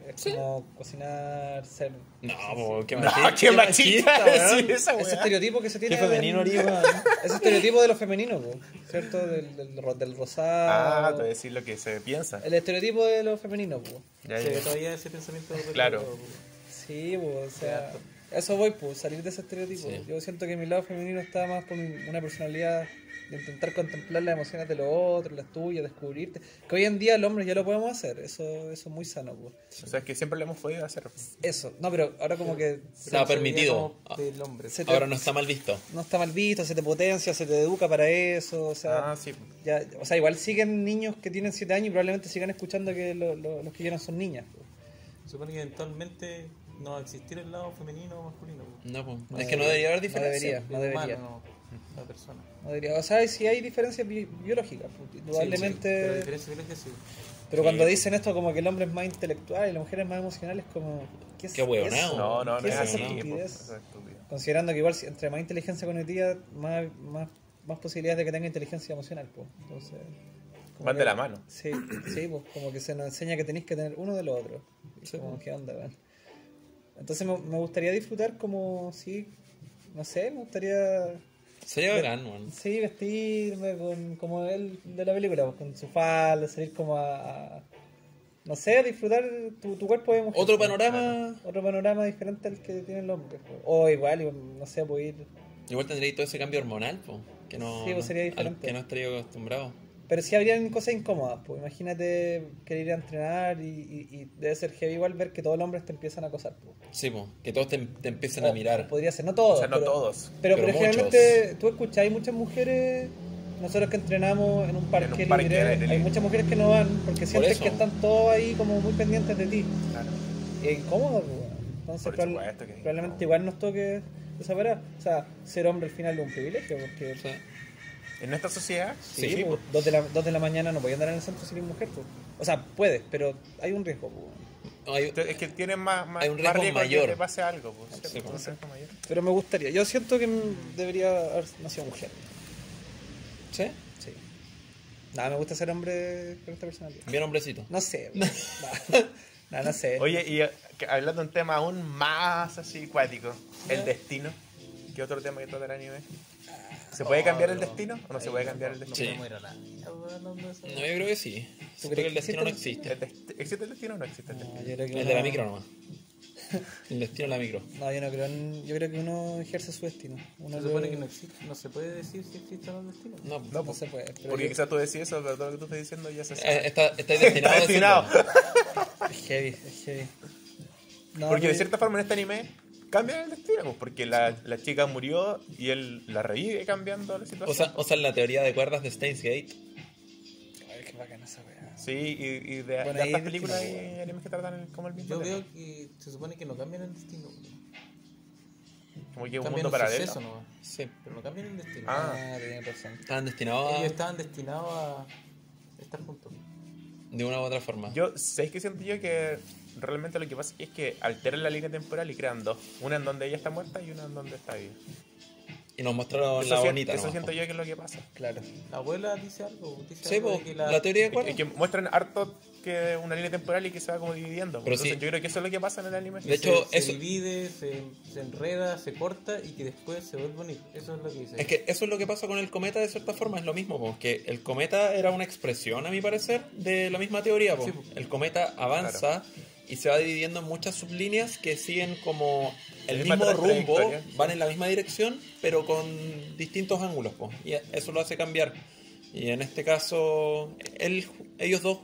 Es como cocinar, ser. No, po, qué No, machista. qué machista weón. decir esa Ese weá. estereotipo que se tiene. Qué femenino, del- Ori, weón. Ese estereotipo de lo femenino, po, ¿cierto? Del, del, ro- del rosado. Ah, te voy a decir lo que se piensa. El estereotipo de lo femenino, pues. Ya, Se ve ya. todavía ese pensamiento. pero- Claro. Sí, pues, o sea, eso voy, pues, salir de ese estereotipo. Sí. Yo siento que mi lado femenino está más por mi- una personalidad de intentar contemplar las emociones de los otros, las tuyas, descubrirte. Que hoy en día los hombres ya lo podemos hacer, eso, eso es muy sano, pues. O sea, es que siempre lo hemos podido hacer. Eso, no, pero ahora como que pero Está se veía permitido. como Del hombre. se te- Ahora no está mal visto. no está mal visto, se te potencia, se te educa para eso, o sea... Ah, sí. Ya, o sea, igual siguen niños que tienen 7 años y probablemente sigan escuchando que lo- lo- los que lloran son niñas. pues. Supone que eventualmente no va a existir el lado femenino o masculino. po. No, po. es que no debería haber diferencia. No debería. Es humano, no, la persona. No diría- O sea, si hay diferencias bi- biológicas, pues, Sí, pero indudablemente. la pero diferencia biológica sí. cuando dicen esto como que el hombre es más intelectual y la mujer es más emocional, es como. ¿Qué es Qué hueonao. eso? No, no, no ¿Qué es es esa así. pues, po. estupidez? Eso es estúpido. Considerando que igual si- entre más inteligencia cognitiva, más, más, más posibilidades de que tenga inteligencia emocional, pues. Entonces. como Van que- de la mano. Sí, sí, pues como que se nos enseña que tenéis que tener uno de los otros. Y como, pues. ¿qué onda, weón? Entonces me, me gustaría disfrutar como, sí, no sé, me gustaría, Sería bacán, weón. sí, vestirme con, como él de la película, pues, con su falda, salir como a, a- no sé, a disfrutar tu, tu cuerpo de mujer. Otro pues. panorama. Otro panorama diferente al que tienen los hombres. pues. O igual, y- no sé, puedo ir... Igual tendría todo ese cambio hormonal, po, que no, Sí, pues, sería al diferente. que no estaría acostumbrado. Pero sí habrían cosas incómodas, pues imagínate querer ir a entrenar y, y- y debe ser heavy igual ver que todos los hombres te empiezan a acosar. pues. Sí, po, que todos te, te empiecen a O- mirar. Podría ser, no todos. O sea, no pero, todos. Pero, Pero pero muchos. generalmente tú escuchas, hay muchas mujeres, nosotros que entrenamos en un parque, En un parque libre, al aire hay libre. muchas mujeres que no van porque sientes eso. que están todos ahí como muy pendientes de ti. Claro. Y es incómodo, pues, weón. Entonces Por probable- supuesto que es incómodo. probablemente igual nos toque esa parada. O sea, ser hombre al final es un privilegio porque O sea, en nuestra sociedad, Sí, Sí, pues, dos, de la, dos de la mañana no podía andar en el centro si eres mujer. pues. O sea, puedes, pero hay un riesgo. pues. Hay- es que tienen más, más, Hay un más riesgo riesgo de que mayor. te pase algo. pues, ¿cierto? Sí, pues. Un riesgo mayor. Pero me gustaría. Yo siento que mm, debería haber nacido mujer. ¿Sí? Sí. Nada, me gusta ser hombre con esta personalidad. Bien hombrecito. No sé. güey. Nada, Nada, no sé. Oye, y eh, que- hablando de un tema aún más así cuático, el destino. ¿Qué otro tema que trata el anime? ¿Se puede cambiar el destino o no se puede cambiar el Sí. destino? No muero la mierda, no me No, yo creo que sí. Siento que el crees que destino no existe? existe. ¿El dest- ¿Existe el destino o no existe el destino? No, yo creo que El de la uno- micro nomás. El destino de la micro. No, yo no creo. en- Yo creo que uno ejerce su destino. Uno Se creo- supone que no existe, no se puede decir si existe o no destino. No, No, No pues, se puede. Pero porque yo- quizás tú decís eso, pero todo lo que tú estás diciendo ya se Eh, sabe. está, estáis destinado. a destinado. decirlo. Es heavy, es heavy. No, Porque de pero- cierta forma en este anime cambian el destino, pues, porque la, la chica murió y él la revive cambiando la O situación. sea, o sea, la teoría de cuerdas de Steins Gate. Ay, qué bacana esa weá. sí, y, y de, de Bueno, ahí hartas destino, películas bueno. y animes que tratan el- como el mismo Yo tema. veo que se supone que no cambian el destino. güey. Como que es un Cambian mundo el paralelo. suceso nomás, Sí. pero no cambian el destino. Ah. Ah, tenías razón. Estaban destinados Ellos a- estaban destinados a estar juntos. de una u otra forma. Yo, ¿sabéis qué siento yo? Que realmente lo que pasa es que alteran la línea temporal y crean dos. Una en donde ella está muerta y una en donde está viva. Y nos mostraron Eso, la sien- bonita. eso nomás, pues. siento yo que es lo que pasa. Claro. La abuela dice algo. Dice Sí, algo de po, que la... teoría de Es que, es cuerdas. que muestran harto que una línea temporal y que se va como dividiendo. Pero Entonces sí. yo creo que eso es lo que pasa en el anime. De se- hecho, se, eso- divide, se, se enreda, se corta y que después se vuelve bonito. Eso es lo que dice. Es que eso es lo que pasa con el cometa de cierta forma, es lo mismo, porque el cometa era una expresión, a mi parecer, de la misma teoría. po. Sí, po. El cometa avanza y se va dividiendo en muchas sublíneas que siguen como el misma mismo tra- rumbo, trayectoria. van en la misma dirección, pero con distintos ángulos. po. Y eso lo hace cambiar. Y en este caso, él- ellos dos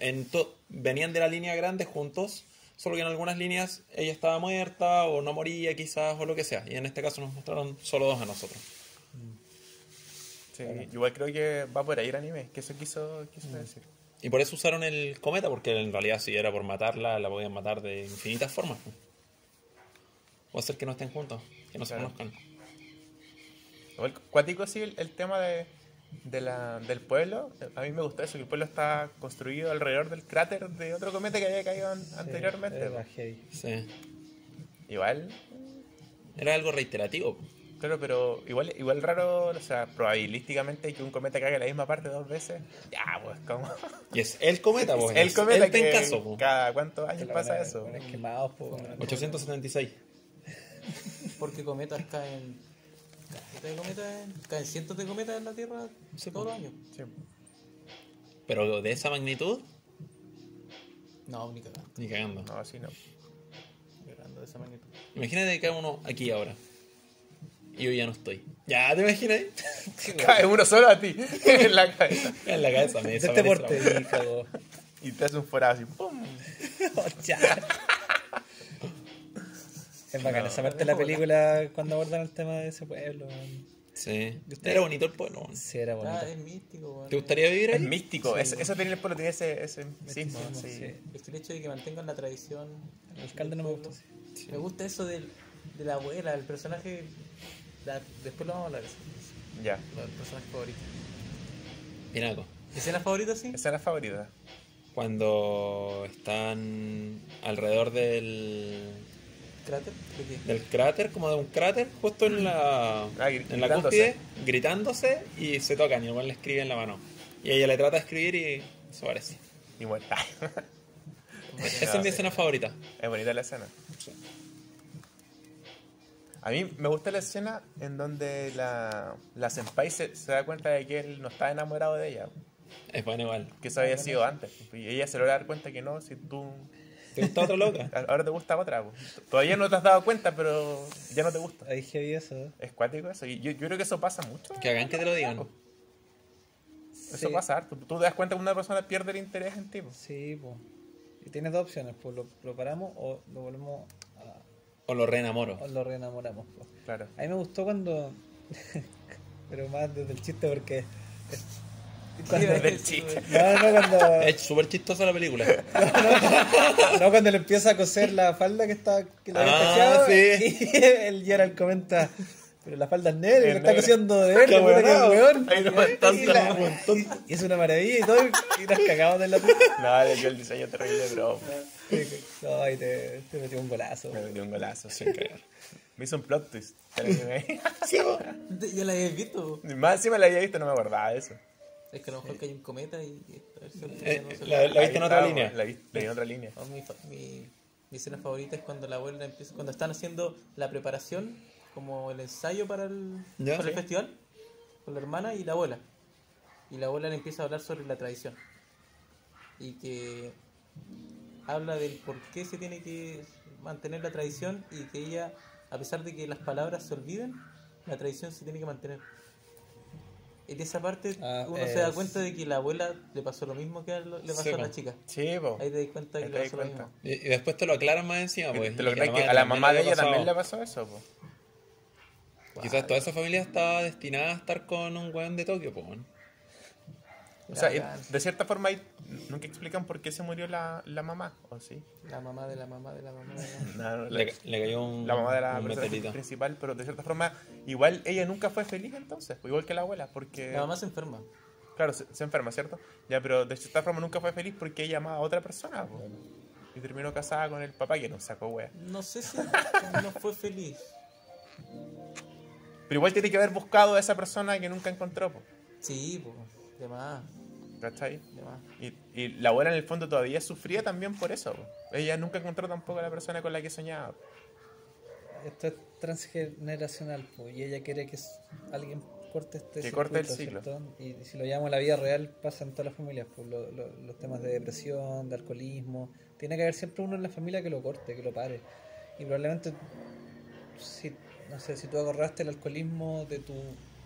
en to- venían de la línea grande juntos. Solo que en algunas líneas ella estaba muerta o no moría quizás o lo que sea. Y en este caso nos mostraron solo dos a nosotros. Sí, Igual creo que va por ahí el anime, que eso quiso, Mm. quiso decir. Y por eso usaron el cometa, porque en realidad si era por matarla, la podían matar de infinitas formas. O hacer que no estén juntos, que no Claro. se conozcan. Igual, cuático sí, el, el tema de, de la- del pueblo. A mí me gustó eso, que el pueblo está construido alrededor del cráter de otro cometa que había caído an- anteriormente. Era po. heavy. Sí. Igual, Era algo reiterativo. Claro, pero igual, igual raro, o sea, probabilísticamente que un cometa caiga en la misma parte dos veces. Ya, pues, como. Y es el cometa, pues. El es cometa el que pencaso, po. cada cuántos años La pasa buena- eso. buenas quemados, po, bueno. 876. Porque cometas caen. caen de cometas en- caen cientos de cometas en la Tierra Sí, todos po. los años. Sí. Pero de esa magnitud, No, ni cagando. ni cagando. No, así no. Llorando de esa magnitud. Imagínate que hay uno aquí ahora. Y yo ya no estoy. ¿Ya te imaginas? Cae uno solo a ti en la cabeza. en la cabeza me De este desaparece la porte, wea. hijo. Y te hace un forado así, ¡pum! Oh, Ya. Es bacana esa parte de la Ojalá. película cuando abordan el tema de ese pueblo. weón. Sí. Era bonito el pueblo. weón. Sí, era bonito. Ah, es místico, weón. ¿Te gustaría vivir Es ahí? místico. es- eso tiene el pueblo, tiene ese, ese misticismo. Sí, sí. Es que el hecho de que mantengan la tradición. El alcalde no me gustó. Sí. Me gusta eso del, de la abuela, el personaje. la- después lo vamos a hablar. eso, Ya. lo del personaje favorito. Pinaco. ¿Escena favorita, sí? Esa es la favorita. cuando están alrededor del, ¿Cráter? ¿De qué? del cráter, como de un cráter, justo en la, Ah, gri- en la gritándose. cúspide, gritándose y se tocan y el weón le escribe en la mano. Y ella le trata de escribir y se parece. Igual. Esa es mi escena favorita. Es bonita la escena. A mí me gusta la escena en donde la, la senpai se, se da cuenta de que él no está enamorado de ella, Es buena igual. que eso había sido antes. pues, Y ella se logra dar cuenta que no, si tú ¿Te gusta otra loca? a- ahora te gusta otra. po. Todavía no te has dado cuenta, pero ya no te gusta. Ahí heavy eso. ¿eh? Es cuático eso. Y yo, yo creo que eso pasa mucho. Que hagan que te lo digan. Eso Sí. pasa harto. Tú te das cuenta que una persona pierde el interés en ti. po. Sí, pues. Y tienes dos opciones, pues lo, lo paramos o lo volvemos a, O lo reenamoro. o lo reenamoramos. po. Claro. A mí me gustó cuando. Pero más desde el chiste porque. Cuando... Desde el chiste. No, no, cuando. Es súper chistosa la película. No, cuando le empieza a coser la falda que está que le había Ah, cachado, sí. y el Gerald comenta Pero la falda es negra y Es lo está negra. cosiendo de verde, puta que huevonao. weón. Ahí nomás está, Y la- y es una maravilla y todo, y las cagamos de la puta. No, le dio el diseño terrible, bro. No, y te, te metió un golazo. Me metió un golazo sin cagar. Me hizo un plot twist. Te lo digo ahí. De- Ya la habéis visto. Más encima la había visto, no me acordaba de eso. Es que a lo mejor que hay un cometa y. y a ver si algún día Eh, no se la, le- la Ahí viste en otra estábamos, línea. La vi la vi en otra línea. Oh, mi, fa- mi- mi escena favorita es cuando la abuela empieza. Cuando están haciendo la preparación, como el ensayo para el, Ya, para sí. el festival, con la hermana y la abuela. Y la abuela le empieza a hablar sobre la tradición. Y que habla del por qué se tiene que mantener la tradición y que ella, a pesar de que las palabras se olviden, la tradición se tiene que mantener. En esa parte Ah, uno se da es- cuenta de que la abuela le pasó lo mismo que a lo- le pasó Sí, a la po. chica. Sí, po. Ahí te das cuenta que Ahí le te pasó das lo cuenta. mismo. Y, y después te lo aclaran más encima, pues. Te lo y crees que a la mamá de ella también le pasó. pasó eso, po. Quizás toda esa familia estaba destinada a estar con un weón de Tokio, pues. weón. O sea, Bacán. de cierta forma ahí nunca explican por qué se murió la, la mamá, ¿o sí? La mamá de la mamá de la mamá de la mamá. No, no, la, Le, le cayó un, la mamá de la un personaje meteorito. principal, pero de cierta forma, igual ella nunca fue feliz entonces, pues, igual que la abuela, porque... La mamá se enferma. Claro, se, se enferma, ¿cierto? Ya, pero de cierta forma nunca fue feliz porque ella amaba a otra persona, po. Y terminó casada con el papá que nos sacó, wea. No sé si no fue feliz. Pero igual tiene que haber buscado a esa persona que nunca encontró, po. Sí, po, de más, ¿Cachai? de más. Y, y la abuela en el fondo todavía sufría también por eso. po. Ella nunca encontró tampoco a la persona con la que soñaba. po. Esto es transgeneracional, po, y ella quiere que s- alguien corte este Que corte el circuito, ¿cierto? Y si lo llevamos a la vida real, pasa en todas las familias, por los temas de depresión, de alcoholismo. Tiene que haber siempre uno en la familia que lo corte, que lo pare. Y probablemente, si, no sé, si tú agarraste el alcoholismo de tu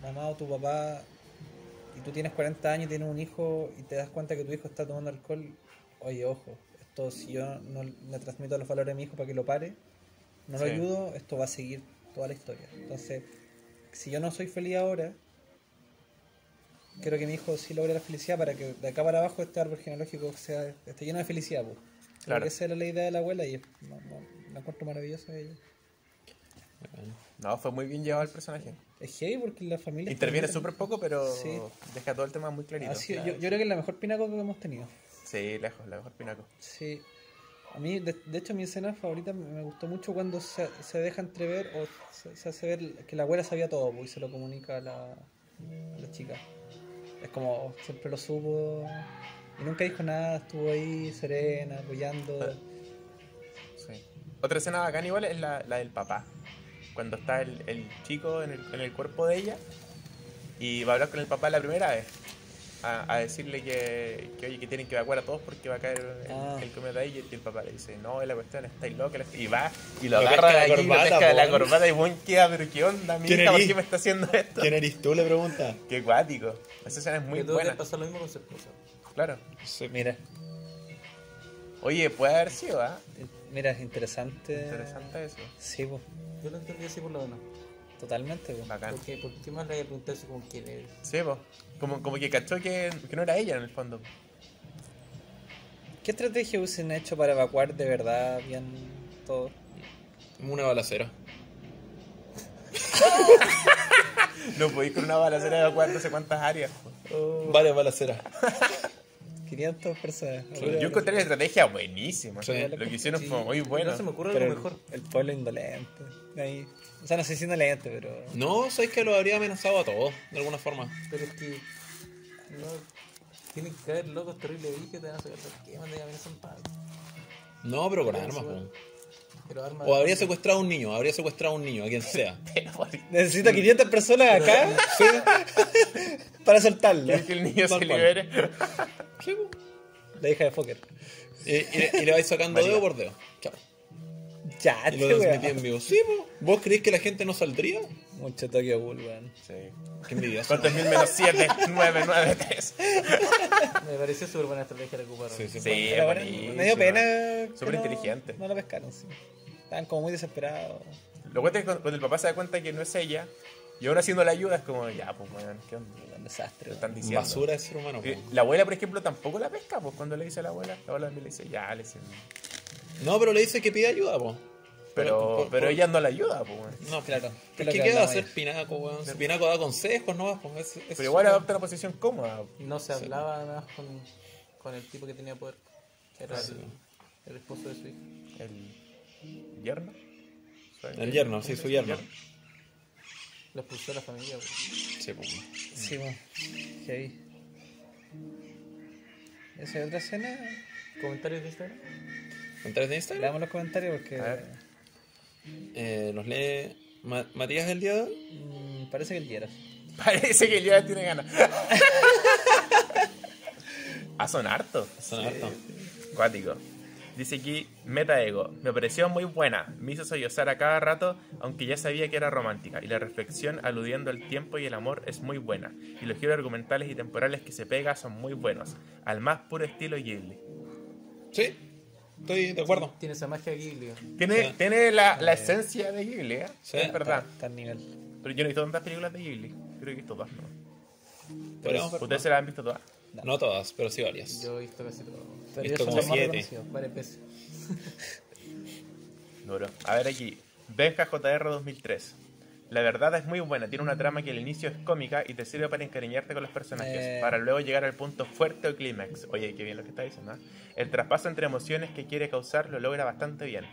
mamá o tu papá, y tú tienes 40 años y tienes un hijo, y te das cuenta que tu hijo está tomando alcohol, oye, ojo, esto si yo no le transmito los valores a mi hijo para que lo pare, no lo Sí. ayudo, esto va a seguir toda la historia. Entonces, si yo no soy feliz ahora, quiero que mi hijo sí logre la felicidad para que de acá para abajo este árbol genealógico sea, esté lleno de felicidad. po. Creo Claro. que esa era la idea de la abuela y es- no- no- la encuentro maravillosa de ella. No, fue muy bien llevado el personaje. Es heavy porque la familia... Interviene está- súper poco, pero Sí. deja todo el tema muy clarito. Ha sido- yo, yo creo que es la mejor pinaco que hemos tenido. Sí, lejos, la mejor pinaco. Sí. A mí, de, de hecho, mi escena favorita me me gustó mucho cuando se, se deja entrever o se, se hace ver que la abuela sabía todo po, y se lo comunica a la, a la chica. Es como oh, siempre lo supo y nunca dijo nada, estuvo ahí serena, Ah. apoyando. Sí. Otra escena bacán igual es la, la del papá. Cuando está el, el chico en el, en el cuerpo de ella y va a hablar con el papá la primera vez. A, a decirle que, que, oye, que tienen que evacuar a todos porque va a caer el, Ah. el cometa ahí. Y el papá le dice, no, es la cuestión, estáis loca. la- Y va y lo Lo agarra de pesca de la aquí, lo corbata, pesca de la po. corbata y buen queda, pero qué onda, mi ¿Quién hija, ¿por eres? qué me está haciendo esto? ¿Quién eres tú? Le pregunta. Qué cuático. Esa escena es muy que tuvo que buena. pasar lo mismo con su esposa. Claro. mira. Oye, puede haber sido, ¿ah? Eh, Mira, es interesante. Interesante eso. Sí, po, Yo lo entendí así por lo menos. totalmente. pues. po. Bacán. Porque, ¿Por qué más le había preguntado eso con quién eres? Sí, po. Como, como que cachó que, que no era ella en el fondo. ¿Qué estrategia hubiesen hecho para evacuar de verdad bien todo? Una balacera. No podéis con una balacera evacuar no sé cuántas áreas. po. Varias balaceras. 500 personas. Sí, Yo encontré la estrategia buenísima. Sí. Lo que hicieron Sí, fue muy No bueno. se me ocurre Pero algo el, mejor. el pueblo indolente. Ahí. O sea, no sé si indolente, pero. No, sabes que lo habría amenazado a todos, de alguna forma. Pero es que. No, tienen que haber locos terribles ahí que te van a sacar. ¿Por qué mandan a ver en paz? No, pero con armas, po. Pero armas. O habría secuestrado a un niño, habría secuestrado a un niño, a quien sea. Necesito 500 personas acá para soltarlo. Quiero que el niño se Tal cual. libere. La hija de Fokker. Y, y- y le vais sacando dedo por dedo. Chao. Ya, Y lo te transmití weón. en vivo. Sí, po. ¿Vos creéis que la gente no saldría? Mucho Tokyo Ghoul, weón. Sí. Qué envidioso. ¿Cuántos mil menos siete? Nueve, nueve, tres. Me pareció súper buena estrategia la ocuparon. Sí, Sí, sí, Pero bueno, buenísimo. me dio pena. que Súper no- inteligente. No lo pescaron, sí. Estaban como muy desesperados. Lo cuento es que cuando cuando el papá se da cuenta que no es ella y aún haciendo la ayuda es como, ya, pues, weón, ¿qué onda? Un Lo desastre, weón. están diciendo. Basura de ser humano, po. Eh, La abuela, por ejemplo, tampoco la pesca, pues cuando le dice a la abuela, la abuela también le dice, ya, le dice, No, pero le dice que pide ayuda, po. Pero, por- por- pero por- ella no la ayuda, pues, weón. No, Claro. ¿Qué, lo qué que queda hablamos hacer ayer. Pinaco, weón? Si Pinaco da consejos, no pues. Es, es- Pero igual adopta una posición cómoda. Y no se hablaba nada más con, con el tipo que tenía poder. Que era el, el esposo de su hija. El yerno. El yerno, sí, su yerno. Lo expulsó de la familia. güey. Sí, pues. Sí, bueno. Heavy. ¿Esa es otra escena? ¿Comentarios de Instagram? ¿Entras en Instagram? Leamos los comentarios porque A ver. Eh, ¿Los lee Ma- Matías el día de hoy? mm, parece que el Yeras. Parece que ya tiene ganas. ah, son hartos. Son harto. Cuático. Dice aquí, meta ego. Me pareció muy buena. Me hizo sollozar a cada rato, aunque ya sabía que era romántica. Y la reflexión aludiendo al tiempo y el amor es muy buena. Y los giros argumentales y temporales que se pega son muy buenos. Al más puro estilo Ghibli. Sí, estoy de acuerdo. Tiene esa magia Ghibli. güey. Tiene, Sí. tiene la, la esencia de Ghibli, ¿eh? Sí, es verdad. Está al nivel. Pero yo no he visto tantas películas de Ghibli. Creo que he visto todas, ¿no? Pero- ¿Ustedes se las han visto todas? no todas, pero sí varias. Yo he visto casi todo. Esto Pero ellos son como los más siete. reconocidos. Varias veces. Duro. A ver aquí. Benja JR 2003. La verdad es muy buena, tiene una trama que al inicio es cómica y te sirve para encariñarte con los personajes, Eh. para luego llegar al punto fuerte o clímax. Oye, qué bien lo que está diciendo. ¿eh? El traspaso entre emociones que quiere causar lo logra bastante bien,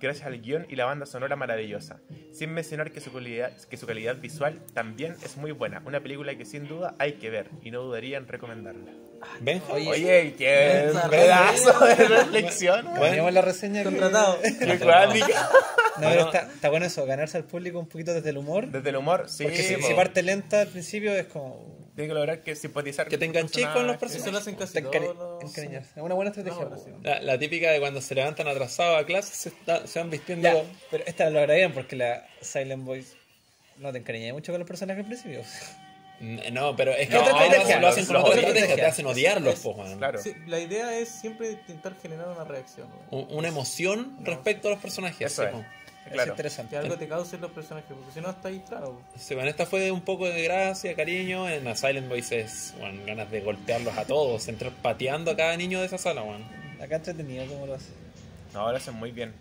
gracias al guión y la banda sonora maravillosa. Sin mencionar que su, calidad, que su calidad visual también es muy buena, una película que sin duda hay que ver y no dudaría en recomendarla. Benja, Oye, Oye, qué Esa pedazo de reflexión. Bueno, weón. Cambiamos la reseña. que- Contratado. Qué cuática. No, pero está, está bueno eso, ganarse al público un poquito desde el humor. Desde el humor, sí. porque si, po. si parte lenta al principio es como. Tiene que lograr que simpatizar. Que te enganché con los Eso lo hacen casi te encari- todos los- encariñarse. Es una buena estrategia. No, po. sí. la, la típica de cuando se levantan atrasados a clases, se, está- se van vistiendo. Ya, pero esta lo bien porque la Silent Voice no te encariñé mucho con los personajes al principio. N- No, pero es que No, otra estrategia, no, lo hacen con no, otra no, estrategia, te estrategia. hacen odiarlos, po, man. Claro. Sí, la idea es siempre intentar generar una reacción. güey. Un- Una emoción respecto a los personajes. Eso sí, es. po. Es Claro. Que interesante. algo te causen los personajes, porque si no, está ahí trabo. güey. Sí, bueno, esta fue un poco de gracia, cariño. En la Silent Voice es bueno, ganas de golpearlos a todos, entrar pateando a cada niño de esa sala, bueno. Acá entretenido cómo lo hace. No, ahora hacen muy bien.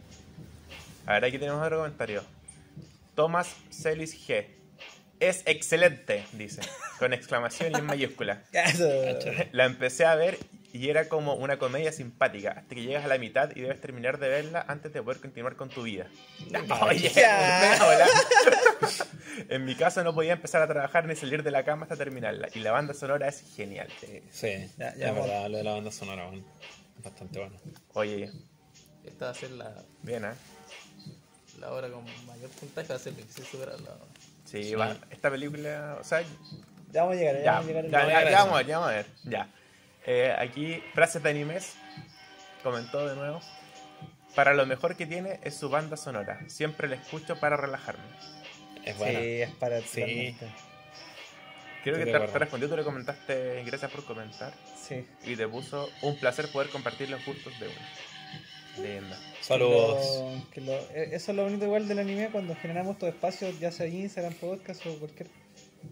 A ver, aquí tenemos otro comentario. Thomas Celis G. Es excelente, dice. Con exclamación y en mayúscula. Eso. La empecé a ver y era como una comedia simpática. Hasta que llegas a la mitad y debes terminar de verla antes de poder continuar con tu vida. Oye, Ya. me hola. En mi caso no podía empezar a trabajar ni salir de la cama hasta terminarla. Y la banda sonora es genial. Sí, Ya, ya, ya, bueno. verdad, lo de la banda sonora, bueno. Bastante bueno. Oye, Esta va a ser la, bien, ¿eh? la hora con mayor puntaje, va a ser la que se supera la Sí, Sí. va- esta película, o sea, ya, Ya vamos a llegar, ya, ya, vamos a llegar. ya, ya, ya ya. vamos a ver, ya vamos a ver, ya. Eh, aquí, frases de animes, comentó de nuevo. Para lo mejor que tiene es su banda sonora. Siempre la escucho para relajarme. Es Sí, bueno. es para Sí. totalmente. Creo Estoy que de te, acuerdo. te respondió, tú le comentaste, gracias por comentar. Sí. Y te puso un placer poder compartir los gustos de uno. Leyenda. Saludos. Que lo- que lo- eh, eso es lo bonito igual del anime cuando generamos estos espacios, ya sea Instagram, podcast o cualquier.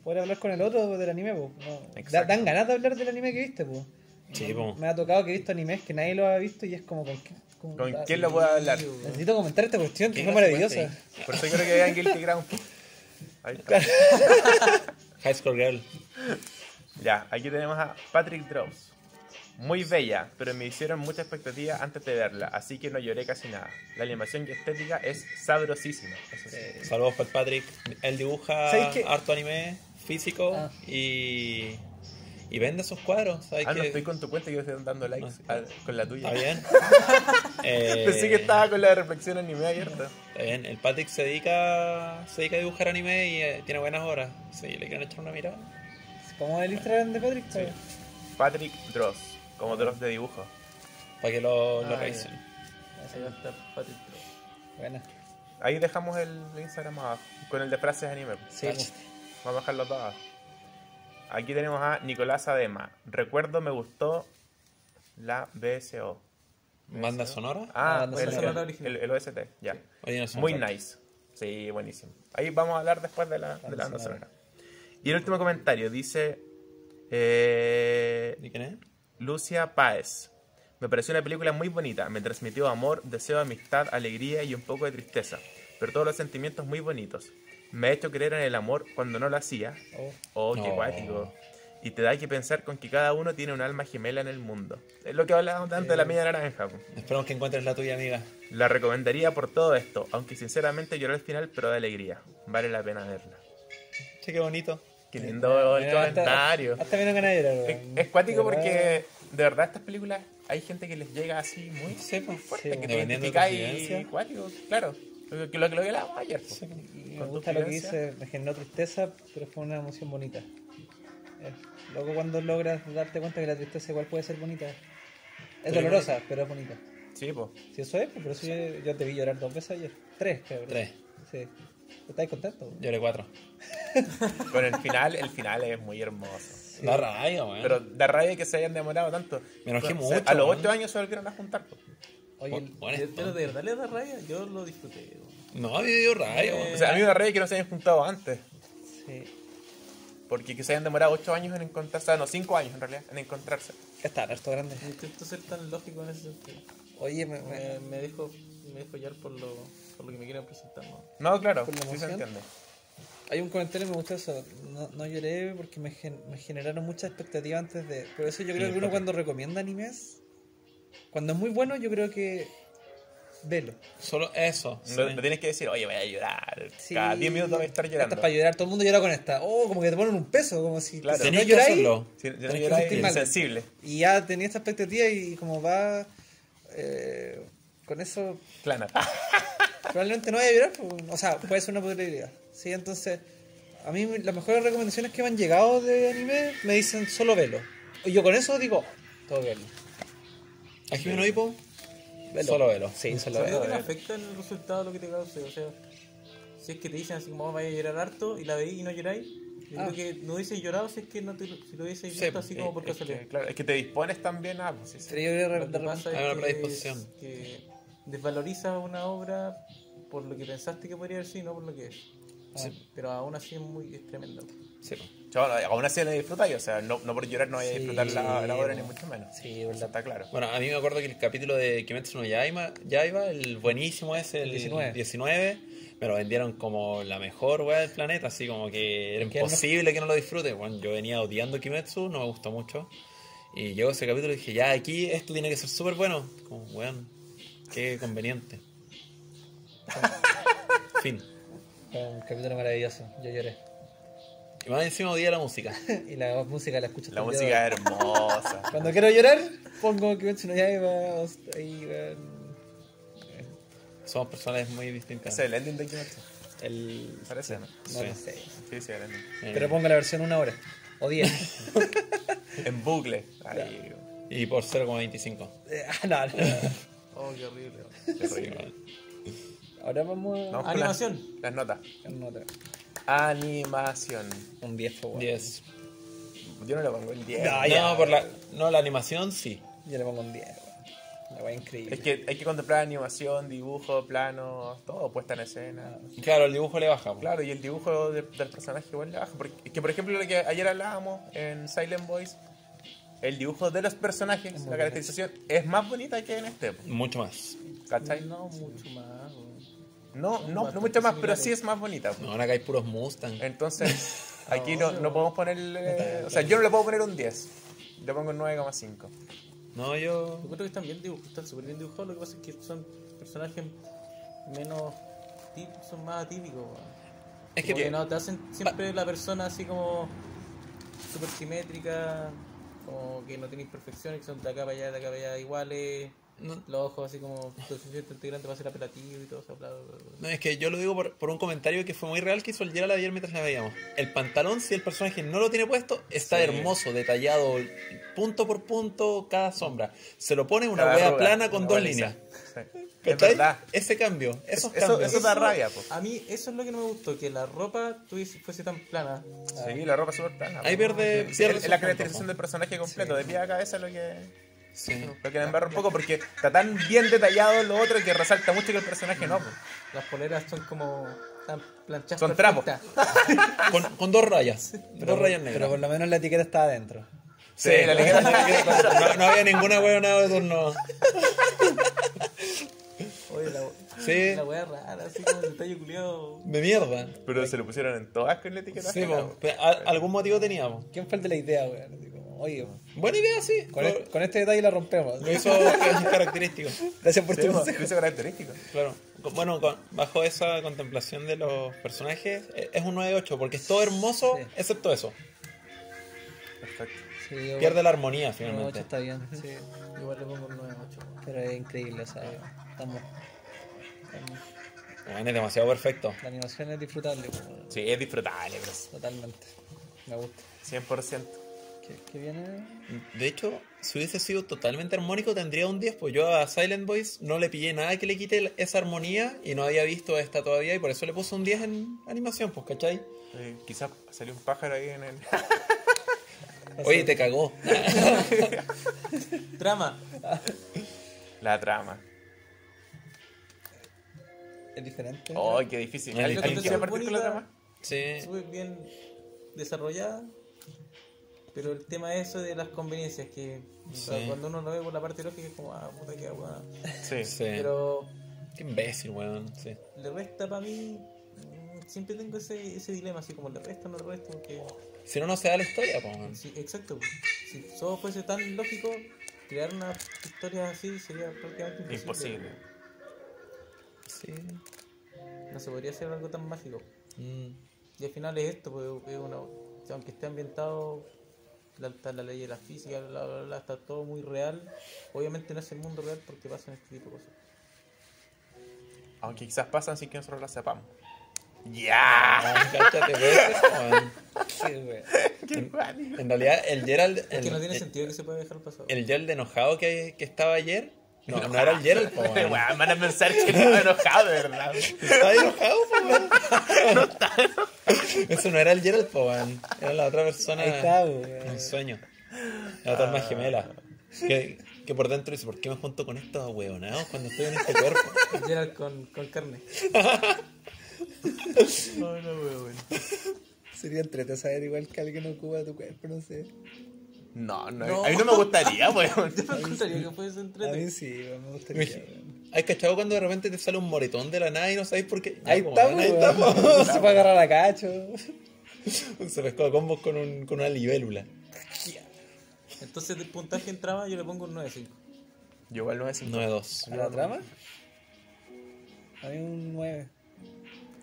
Poder hablar con el otro del anime, po. No, da- Exacto. dan ganas de hablar del anime que viste, po. Sí, po. Me ha tocado que he visto animes que nadie lo ha visto y es como con, qué- con- ¿Con ah, quién lo puedo hablar? Necesito comentar esta cuestión que Qué fue maravillosa. consecuente. Por eso creo que vean Guilty Ground. Ahí está. High School Girl. Ya, aquí tenemos a Patrick Dross. Muy bella, pero me hicieron mucha expectativa antes de verla, así que no lloré casi nada. La animación y estética es sabrosísima. Eso sí. Eh, Saludos para el Patrick. Él dibuja ¿Sabes qué? harto anime físico Ah. y, y vende sus cuadros. ¿sabes ah, no qué? estoy con tu cuenta y yo estoy dando likes No. a- con la tuya. Está bien. Eh, Pensé que estaba con la reflexión anime abierta. Está bien. El Patrick se dedica, se dedica a dibujar anime y eh, tiene buenas horas. Sí, le quieren echar una mirada. Como el Instagram de Patrick, ¿sabes? Patrick Dross, como Dross de dibujo. Para que lo, lo Ah, revisen. Así, Ahí va a estar Patrick Troll. Buena. Ahí dejamos el Instagram abajo, con el de frases anime. Sí, Cacha. po. Vamos a dejarlo todo abajo. Aquí tenemos a Nicolás Adema. Recuerdo me gustó la BSO. pues. Banda sonora. Ah, Ah, no el, sé. el, Sonora original. el- el OST, ya. Oye, no sé. Muy nice. Sí, buenísimo. Ahí vamos a hablar después de la, de la banda sonora. Y el último comentario dice eh, ¿Y quién es? Lucia Páez. Me pareció una película muy bonita, me transmitió amor, deseo, amistad, alegría y un poco de tristeza, pero todos los sentimientos muy bonitos. Me ha hecho creer en el amor cuando no lo hacía. Oh. Oh, qué Oh. cuático. Y te da que pensar con que cada uno tiene un alma gemela en el mundo. Es lo que hablábamos antes de la media naranja. po. Esperamos que encuentres la tuya, amiga. La recomendaría por todo esto, aunque sinceramente lloré al final, pero de alegría. Vale la pena verla. Che, qué bonito. Qué lindo el Mira, hasta- comentario. Hasta me dan ganas de llorar, Es, weón. es cuático De porque de verdad estas películas hay gente que les llega así muy Sí, pues. fuerte, Sí, que te dependiendo de tu identificáis vivencia. cuático, claro. Lo que lo que lo hablábamos ayer. pues. po. Y Me Con tu gusta lo que vivencia. dice, me generó tristeza, pero fue una emoción bonita. Es loco cuando logras darte cuenta que la tristeza igual puede ser bonita. Es es dolorosa, pero es bonita. Sí, po. Si eso es, pues, por eso yo, yo te vi llorar dos veces ayer. Tres, creo. ¿verdad? Tres. Sí. ¿Estáis contentos? güey? Lloré cuatro. Con el final, el final es muy hermoso. Da rabia, weón. Pero da rabia que se hayan demorado tanto. Me enojé O sea, mucho, A los weón. 8 años se volvieron a juntar. pues. po. Oye, el- Bueno, Yo- esto- Pero de verdad le da rabia, yo lo disfruté. weón. No, a mí me dio rabia, O weón. sea, a mí me da rabia que no se hayan juntado antes. sí. Porque que se hayan demorado 8 años en encontrarse, ah, no, 5 años en realidad, en encontrarse. Ya está, harto grande. Intento ser tan lógico en ese sentido. Oye, me, me- Me, me dejo, me dejo llevar por lo, por lo que me quieren presentar. ¿no? No, claro, Por la sí se emoción. entiende. hay un comentario que me gustó eso. No, no lloré porque me, gen- me generaron mucha expectativa antes de. Por eso yo creo Sí, que uno propio. cuando recomienda animes, cuando es muy bueno, yo creo que. Velo. Solo eso. sí. No, no tienes que decir, oye, voy a llorar. Sí. Cada 10 minutos voy a estar llorando. Esta es para llorar, todo el mundo llora con esta. Oh, como que te ponen un peso, como si Claro. si Tenés no que lloráis. hacerlo. Si no Tenés que lloráis, sentir mal. insensible. Y ya tenía esta expectativa y como va. eh, con eso Claro. probablemente no vaya a llorar, pues, o sea, puede ser una posibilidad. Sí, entonces, a mí las mejores recomendaciones que me han llegado de anime me dicen solo velo. Y yo con eso digo, todo velo. Aquí uno hipo. velo. Solo velo. Sí, solo Yo creo velo. que no afecta en el resultado lo que te cause. O sea, si es que te dicen así como "Oh, vaya a llorar harto y la veí y no lloráis, yo Ah. creo que no hubieses llorado si es que no te, lo- si lo hubieses Sí, visto así como por es, casualidad. que, claro, es que te dispones también a. pues, sí, sí. Pero yo creo Lo que que de- pasa Hay una es predisposición. que, que desvaloriza una obra por lo que pensaste que podría haber sido y no por lo que es. Ah, Pero aún así es muy es tremendo. Sí, pues. po. Chaval, aún así la disfrutáis, o sea, no, no por llorar no vais a Sí, disfrutar la, la obra ni no. mucho menos. Sí, Eso verdad. Está claro. Bueno, a mí me acuerdo que el capítulo de Kimetsu no Yaiba, Yaiba el buenísimo ese, el 19. 19. me lo vendieron como la mejor weá del planeta, así como que era Que no- imposible que no lo disfrute. Bueno, yo venía odiando Kimetsu, no me gustó mucho. Y llegó ese capítulo y dije, ya aquí esto tiene que ser súper bueno. Como, weón, qué conveniente. fin. Fue un capítulo maravilloso, yo lloré. Y más encima odié la música. Y la música la escucho La hasta el día música de hoy. es hermosa. Cuando quiero llorar, pongo Kimetsu no Yaiba, Ost- ahí weón. Somos personas muy distintas. es el ending de Kimetsu, El... parece, ¿no? No Sí. lo sé. Sí, sí, el ending. Eh, Pero pongo la versión una hora. O diez. En bucle. Ahí, Y por 0,25. Eh, ah, no, no. Oh, qué horrible. qué Sí, horrible. weón. Ahora vamos a. Ah, Vamos con Animación. Las, las notas. con otra. Animación. Un pues, 10 fue bueno. 10. Yo no le pongo el 10. No, Ah, no, ya. por la, no, la animación sí. Yo le pongo un 10, weón. La weá increíble. Es que hay que contemplar animación, dibujo, planos, todo puesta en escena. Claro, el dibujo le baja. po. Claro, y el dibujo de- del personaje igual le baja. Porque, es que, por ejemplo, lo que ayer hablábamos en Silent Voice, el dibujo de los personajes, la caracterización, es más bonita que en este. po, Mucho más. ¿Cachai? No, No mucho más. weón. no, no, Bastante mucho más, pero similares. sí es más bonita. po. No, ahora acá hay puros Mustang. Eh. Entonces, aquí no, no podemos ponerle. O sea, yo no le puedo poner un 10. Le pongo un 9,5. No, yo. Yo creo que están bien dibujados, están súper bien dibujados. Lo que pasa es que son personajes menos. ti- son más atípicos. weón. Es que. Como no, te hacen siempre la persona así como súper simétrica, como que no tenéis perfecciones, que son de acá para allá, de acá para allá iguales, No, los ojos así como lo suficientemente grande para ser apelativo y todo eso, bla, bla, bla, bla. no, es que yo lo digo por, por un comentario que fue muy real que hizo el Gerald ayer mientras la veíamos. El pantalón, si el personaje no lo tiene puesto, está Sí. hermoso, detallado, punto por punto, cada sombra. Se lo pone una Cada wea arruga, plana con una dos baliza. líneas. Sí. Es ¿Cachai? verdad. Ese cambio, esos Eso- eso- cambios. eso da rabia, po. A mí eso es lo que no me gustó, que la ropa tuviese, fuese tan plana. Sí, la ropa es súper plana. Ahí po. pierde. Sí, pierde es su la punto, caracterización po. del personaje completo, de pie a cabeza lo que. Sí. Lo que me embarra un poco porque está tan bien detallado lo otro que resalta mucho que el personaje no. pues. Las poleras son como tan planchadas. Son perfectas. Con, con dos rayas. dos rayas negras. Pero por lo menos la etiqueta está adentro. Sí, la ligera. No, no había ninguna huevonada de turno. Oye, la, Sí. la wea rara, así como el detalle culiado. De mierda. Pero se lo pusieron en todas con la etiqueta. Sí, ajena, po. Pero a- algún motivo teníamos. ¿Quién falta la idea, weón? Así como, Oye, weón, Buena idea, sí. con, Lo- el- con este detalle la rompemos. Lo hizo característico. Gracias por Sí, tu po, consejo. lo hizo característico. Claro. Con- Bueno, con- bajo esa contemplación de los personajes, e- es un 9-8, porque es todo hermoso, Sí. excepto eso. Perfecto. Sí, yo- Pierde la armonía no, ocho finalmente. está bien, sí. Igual le pongo un 9-8. Pero es increíble, o sea, estamos. estamos- Bueno, es demasiado perfecto. La animación es disfrutable, weón, Sí, es disfrutable, pues. bro. totalmente. Me gusta. 100%. ¿Qué, qué viene? De hecho, si hubiese sido totalmente armónico, tendría un 10, pues yo a Silent Voice no le pillé nada que le quite el- esa armonía y no había visto esta todavía y por eso le puse un 10 en animación, pues, ¿cachai? Eh, quizás salió un pájaro ahí en el. Oye, te cagó. Trama. La trama. Es diferente. Oh, qué difícil. Es ¿Alguien, alguien difícil. quiere partir con la trama? Sí. Súper bien desarrollada. Pero el tema es eso de las conveniencias, que o sea, Sí. cuando uno lo ve por la parte lógica es como, ah, puta que agua. Sí. Sí. Pero Qué imbécil, weón. Sí. le resta para mí, mm, siempre tengo ese, ese dilema, así como le resta o no le resta, porque... Si no, no se da la historia, pues, weón. Sí, exacto. Si todo fuese tan lógico, crear una historia así sería prácticamente imposible. Imposible. Sí. No se podría hacer algo tan mágico. Mm. Y al final es esto, porque es una, aunque esté ambientado, la, está la ley de la física, bla, bla, bla, está todo muy real. Obviamente no es el mundo real porque pasan este tipo de cosas. Aunque quizás pasan sin que nosotros la sepamos. ¡Ya! Ah, cáchate, weón. Sí, weón. ¡Qué guay! En realidad, el Gerald. Es El, que no tiene el- sentido que se pueda dejar pasado. el Gerald enojado que, que estaba ayer. No, no era el Gerald, po, Weón, weón. Van a pensar que estaba enojado, de verdad. Estaba enojado, po, weón. Eso no era el Gerald, po, weón. Era la otra persona. Ahí está, Un weón. Ah. sueño. La otra alma gemela. Que, que por dentro dice: ¿Por qué me junto con estos ahueonados cuando estoy en este cuerpo? Gerald con, con carne. Sería entrete saber igual que alguien ocupa tu cuerpo, no sé. No, no, No. a mí no me gustaría, weón. Yo me encantaría que fuese A mí entrete. sí, weón, me gustaría. weón. Ay, ¿Has cachado cuando de repente te sale un moretón de la nada y no sabéis por qué? Ya, Ahí po, pues, está, weón, weón. ahí está, po. Se puede agarrar a cacho. Se pescó a combos con, un, con una libélula. Entonces, de puntaje en trama, yo le pongo un 9-5. Yo igual no es un 9-2. ¿A pues. la trama? A mí un 9.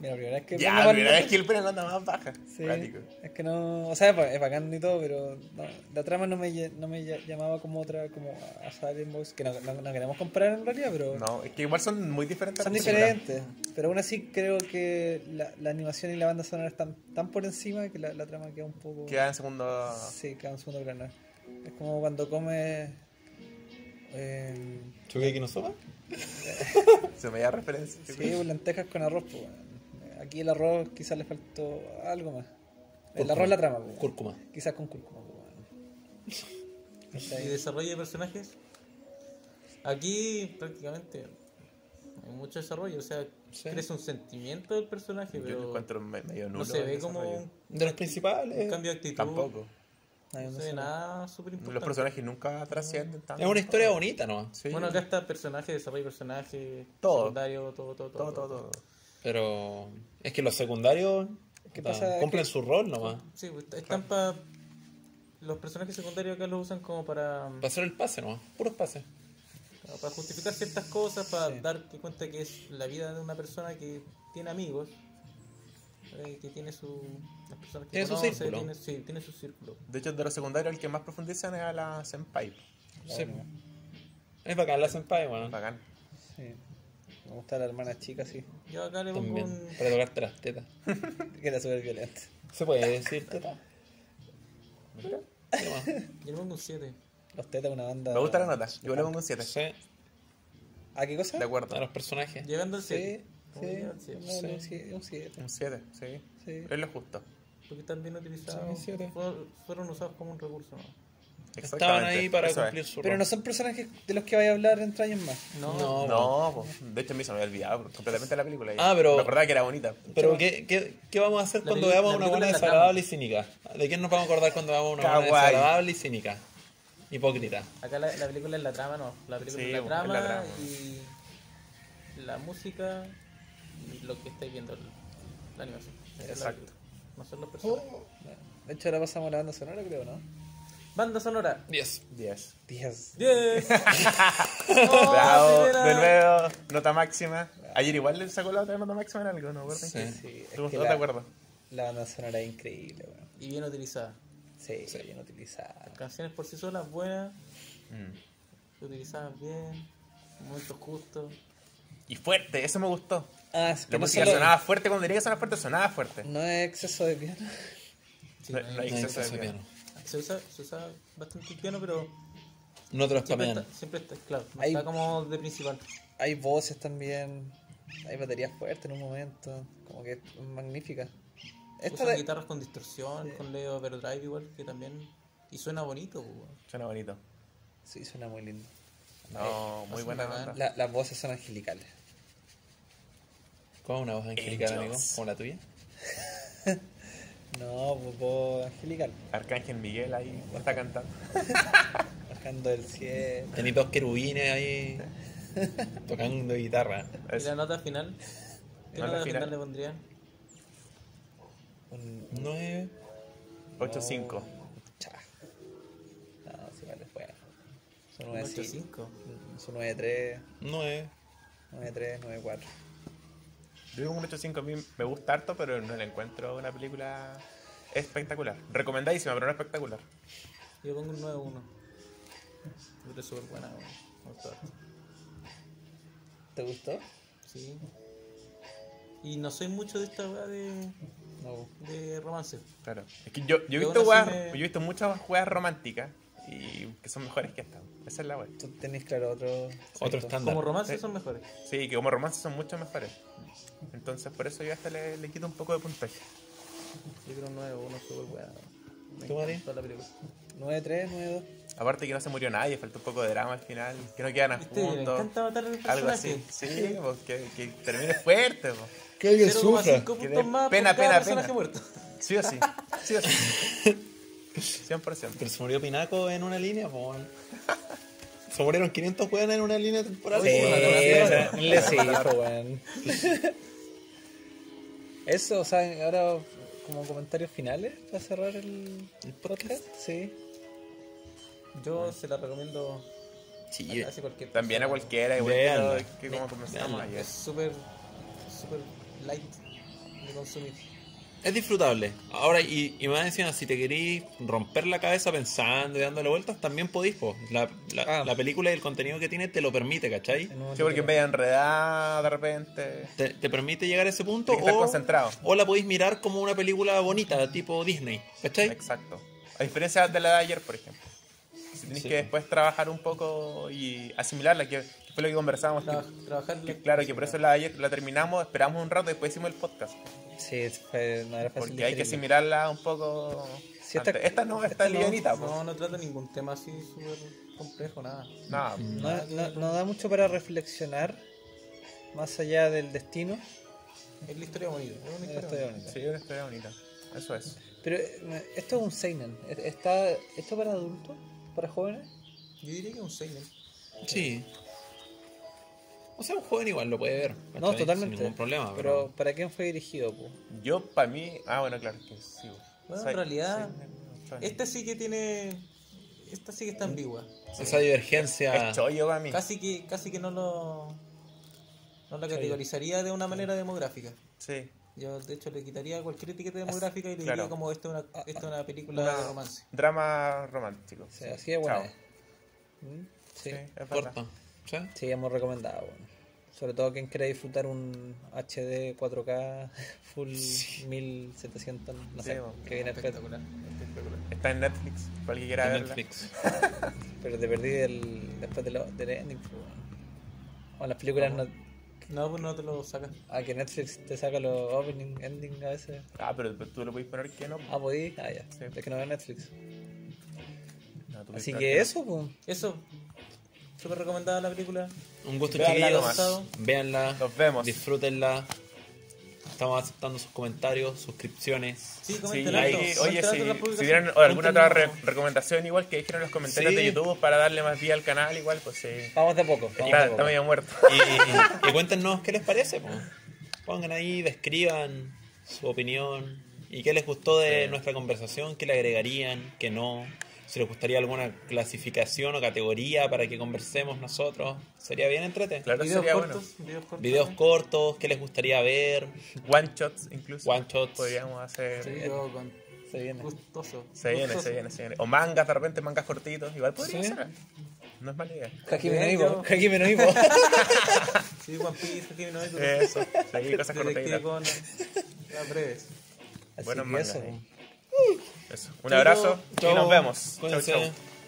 Mira, la primera vez que. Ya, pongo la mal- primera vez que el pelo anda más baja. Sí, Cuático. es que no, o sea, es ba- es bacán y todo, pero no, la trama no me, lle- no me lla- llamaba como otra, como a Silent Voice, que no, no- no queremos comparar en realidad, pero No, es que igual son muy diferentes. son las películas. diferentes. Pero aún así creo que la, la animación y la banda sonora están tan por encima que la, la trama queda un poco... Queda en segundo. Sí, queda en segundo plano. Es como cuando comes... eh, ¿Chugué que no sopa? Se me da referencia. sí, lentejas con arroz, pues, bueno. aquí el arroz quizás le faltó algo más. El Cúrcuma. arroz la trama, pues, bueno. Cúrcuma. quizás con cúrcuma. pues, bueno. Y desarrollo de personajes. Aquí prácticamente hay mucho desarrollo, o sea, Sí. crece un sentimiento del Yo personaje, lo pero encuentro me- medio nulo. no se el ve como desarrollo. un, De los un principales. cambio de actitud. Tampoco. Ay, No no se ve sé. nada súper Los importante. personajes nunca trascienden tanto. Es una historia bonita nomás. Sí. Bueno, acá está personaje, desarrollo de personaje, Todo. secundario, todo, todo, todo. Todo, todo, todo. Pero es que los secundarios ¿Qué puta, pasa? cumplen su rol nomás. Sí, pues, están para. Los personajes secundarios acá los usan como para, Va a ser el pase nomás. Puros pases. para justificar ciertas cosas, para Sí. dar cuenta que es la vida de una persona que tiene amigos, eh, que tiene su. Las personas que Tiene su conoce, círculo. Tiene, sí, tiene su círculo. De hecho, de los secundarios, el que más profundizan es a la Senpai. Sí. Es bacán la senpai, weón. Bacán. Sí. Me gusta la hermana chica, sí. Yo acá le pongo También. un. Para tocarte las tetas. Que era súper violenta. Se puede decir teta. Mira. ¿Qué más? Yo le pongo un 7. Los tetas, una banda. Me gusta la nota. Yo le pongo un 7. Sí, ¿A qué cosa? De a acuerdo. los personajes. Llegando al 7. Sí, sí. No, no, sí, un 7. Un 7, sí. Sí. Es lo justo. Porque están bien utilizados. Sí, siete. Fueron, fueron usados como un recurso. ¿no? Estaban ahí para eso es. cumplir su Pero rol. no son personajes de los que vaya a hablar dentro de años más. No, No, bueno. No, po. de hecho a mí se me había olvidado por- completamente la película. Ah, pero- Me acordaba que era bonita. Pero ¿qué, qué, qué vamos a hacer La cuando peli- veamos la una película buena la desagradable y cínica? ¿De quién nos vamos a acordar cuando veamos una buena Kawaii. desagradable y cínica? Hipócrita. Acá la, la película es la trama, no. La película Sí, es la pues, es trama, la trama. y la música y lo que estáis viendo, el- la animación. Esa es la Exacto. película. No son los personajes. De hecho, ahora pasamos a la banda sonora, creo, ¿no? Banda sonora. 10. 10. 10. 10. Oh, Bravo, de nuevo, nota máxima. Ayer igual le sacó la otra nota máxima en algo, ¿no? ¿Verdad? Sí. Sí, es No, que no te la- acuerdo. La banda sonora es increíble, weón. Y bien utilizada. Sí, bien utilizada. Canciones por sí solas buenas, Mm. utilizadas bien, momentos justos. Y fuerte, eso me gustó. Ah, es que La no, música solo- sonaba fuerte, cuando diría que sonaba fuerte, sonaba fuerte. no es exceso de piano. Sí, No- no hay- no hay- No, exceso de exceso de piano. piano. se, usa, se usa bastante el piano, pero No te lo siempre spamean. está, siempre está, claro, no Hay- está como de principal. Hay voces también. Hay baterías fuertes en un momento. Como que es magnífica. Esta Usan de- guitarras con distorsión, Sí. con Leo Overdrive igual, que también... Y suena bonito, pues, weón. Suena bonito. Sí, suena muy lindo. Eh, No, muy hacen buena bacán. banda. La- las voces son angelicales. ¿Cómo una voz angelical, amigo? Angels. ¿Como la tuya? No, bobo angelical. Arcángel Miguel ahí está cantando. Bajando del cielo. Tenéis dos querubines ahí tocando guitarra. Y la nota final, ¿qué Nota nota final. final le pondrían? Un oh, 9. 8-5. cha. No, si vale, fue. Son Un 9-5. 8-5. Son 9-3, 9. 9-3, 9-4. Yo digo un 8-5 a mí me gusta harto, pero no la encuentro una película espectacular. Recomendadísima, pero no espectacular. Yo pongo un 9-1. Yo creo súper buena, weón. Me gustó harto. ¿Te gustó? Sí. Y no soy mucho de esta weá de, No. de romance. Claro. Es que yo, yo he Yo visto aún weas, así me- yo he visto muchas jugadas románticas y que son mejores que esta. Esa es la wea. Tú tenés claro otro. Otro sector. estándar. Como romance Sí. son mejores. Sí, que como romance son mucho mejores. Entonces por eso yo hasta le, le quito un poco de puntaje. Yo creo un 9-1 súper buena. Me ¿Tú, Mati? encantó la película. 9-3, 9-2. Aparte que no se murió nadie, faltó un poco de drama al final, que no quedan a Viste, Este, me punto. encanta matar al personaje. Algo así. Sí, pues, que, que termine fuerte. pues. Que 0,5 Que dé puntos más pena, por cada pena, personaje pena. muerto. Sí o sí. Sí o sí. 100%. Pero se murió Pinaco en una línea, po. weón. Se murieron 500 weones en una línea temporal. Sí, po, weón. esa- le sí, po, weón. Eso, o sea, ahora como comentarios finales para cerrar el, ¿El podcast. Sí. Yo se la recomiendo Sí, a casi cualquier También a persona. cualquiera, igual Veanla. que lo- que como conversamos Veanla. ayer. Es súper, súper light de consumir. Es disfrutable. Ahora, y, y más encima, si te querís romper la cabeza pensando y dándole vueltas, también podís, po. La, la, Ah. la película y el contenido que tiene te lo permite, ¿cachai? En un Sí, porque en vez de enredar de repente. Te, te permite llegar a ese punto Tienes que estar o, concentrado. o la podéis mirar como una película bonita, tipo Disney, ¿cachai? Exacto. A diferencia de la de ayer, por ejemplo. Si tienes Sí. que después trabajar un poco y asimilarla, que que fue lo que conversábamos. que- Traba- trabajar que claro, que por eso la de ayer la terminamos, esperamos un rato y después hicimos el podcast. Sí, fue, no era fácil. Porque hay que digerirlo. asimilarla un poco. Sí, esta- antes. esta no, esta esta es no, livianita. pues. po. No, no trata ningún tema así súper complejo, nada. Nada, Mm, No, no- no da mucho para reflexionar más allá del destino. Es la historia bonita. Es una Una historia historia bonita. bonita. sí, una historia bonita. Eso es. Pero eh, esto es un seinen. ¿E- Está, ¿Esto para adultos? ¿Para jóvenes? Yo diría que es un seinen. Sí. O sea, un joven igual lo puede ver. No, ¿cachai? totalmente. Sin ningún problema. Pero, ¿para quién fue dirigido? po? Yo, para mí. Ah, bueno, claro, que sí. Bueno, en realidad, sí, Esta sí que tiene... Esta sí que ¿Mm? está ambigua. esa divergencia. Es chollo para mí. Casi que, casi que no lo... No la categorizaría de una manera demográfica. Sí. Yo, de hecho, le quitaría cualquier etiqueta demográfica y le diría Claro. como esto es una, esto es una película Una- de romance. Drama romántico. O sea, así de buena. Chao. es. ¿Mm? Sí, Sí. es verdad. corta. ¿sí? Sí, hemos recomendado. bueno. Sobre todo quien quiera disfrutar un HD 4K Full 1700, Sí, no sé, bueno. que viene después. Espectacular. espectacular. Está en Netflix, para el que quiera De verla. Netflix. Pero te perdí del, después de lo- del ending. pues, bueno. O las películas no, No, pues no te lo sacas. a que Netflix te saca los opening, ending a veces. Ah, pero tú lo puedes poner que no. Ah, podí, ah, ya. Sí. Es que no veo Netflix. No, Así que eso, pues. Eso, súper recomendada la película. Un gusto, Véanla chiquillos. nomás. Véanla. Nos vemos. Disfrútenla. Estamos aceptando sus comentarios, suscripciones. Sí, Sí, comenten ahí, alto, oye, comenten alto si, las si publicaciones. dieron alguna otra re- Cuéntenos. recomendación, igual que dijeron en los comentarios Sí. de YouTube para darle más vida al canal, igual, pues sí. Vamos de a poco. Vamos de Está, a está poco. medio muerto. Y, y cuéntenos qué les parece. po. Pongan ahí, describan su opinión. ¿Y qué les gustó de nuestra conversación? ¿Qué le agregarían? ¿Qué no? Si les gustaría alguna clasificación o categoría para que conversemos nosotros. Sería bien entrete. Claro, Videos sería cortos, videos cortos. Videos cortos, qué les gustaría ver. bueno. One shots incluso. One shots. Podríamos hacer. Sí, yo con Se viene. gustoso. Se viene, se viene, se viene. O mangas de repente, mangas cortitos. Igual podría ser. No es mala idea. Hakime no Bien, Ivo. yo- Hakime no Ivo. Sí, One Piece, Kimi no Ito, Eso, seguir Eh, cosas cortitas. Detective Conan. Las breves. Así Buenos que eso, mangas, po. Eso. Un abrazo y Chau. nos vemos. Chau, Cuídense. chau.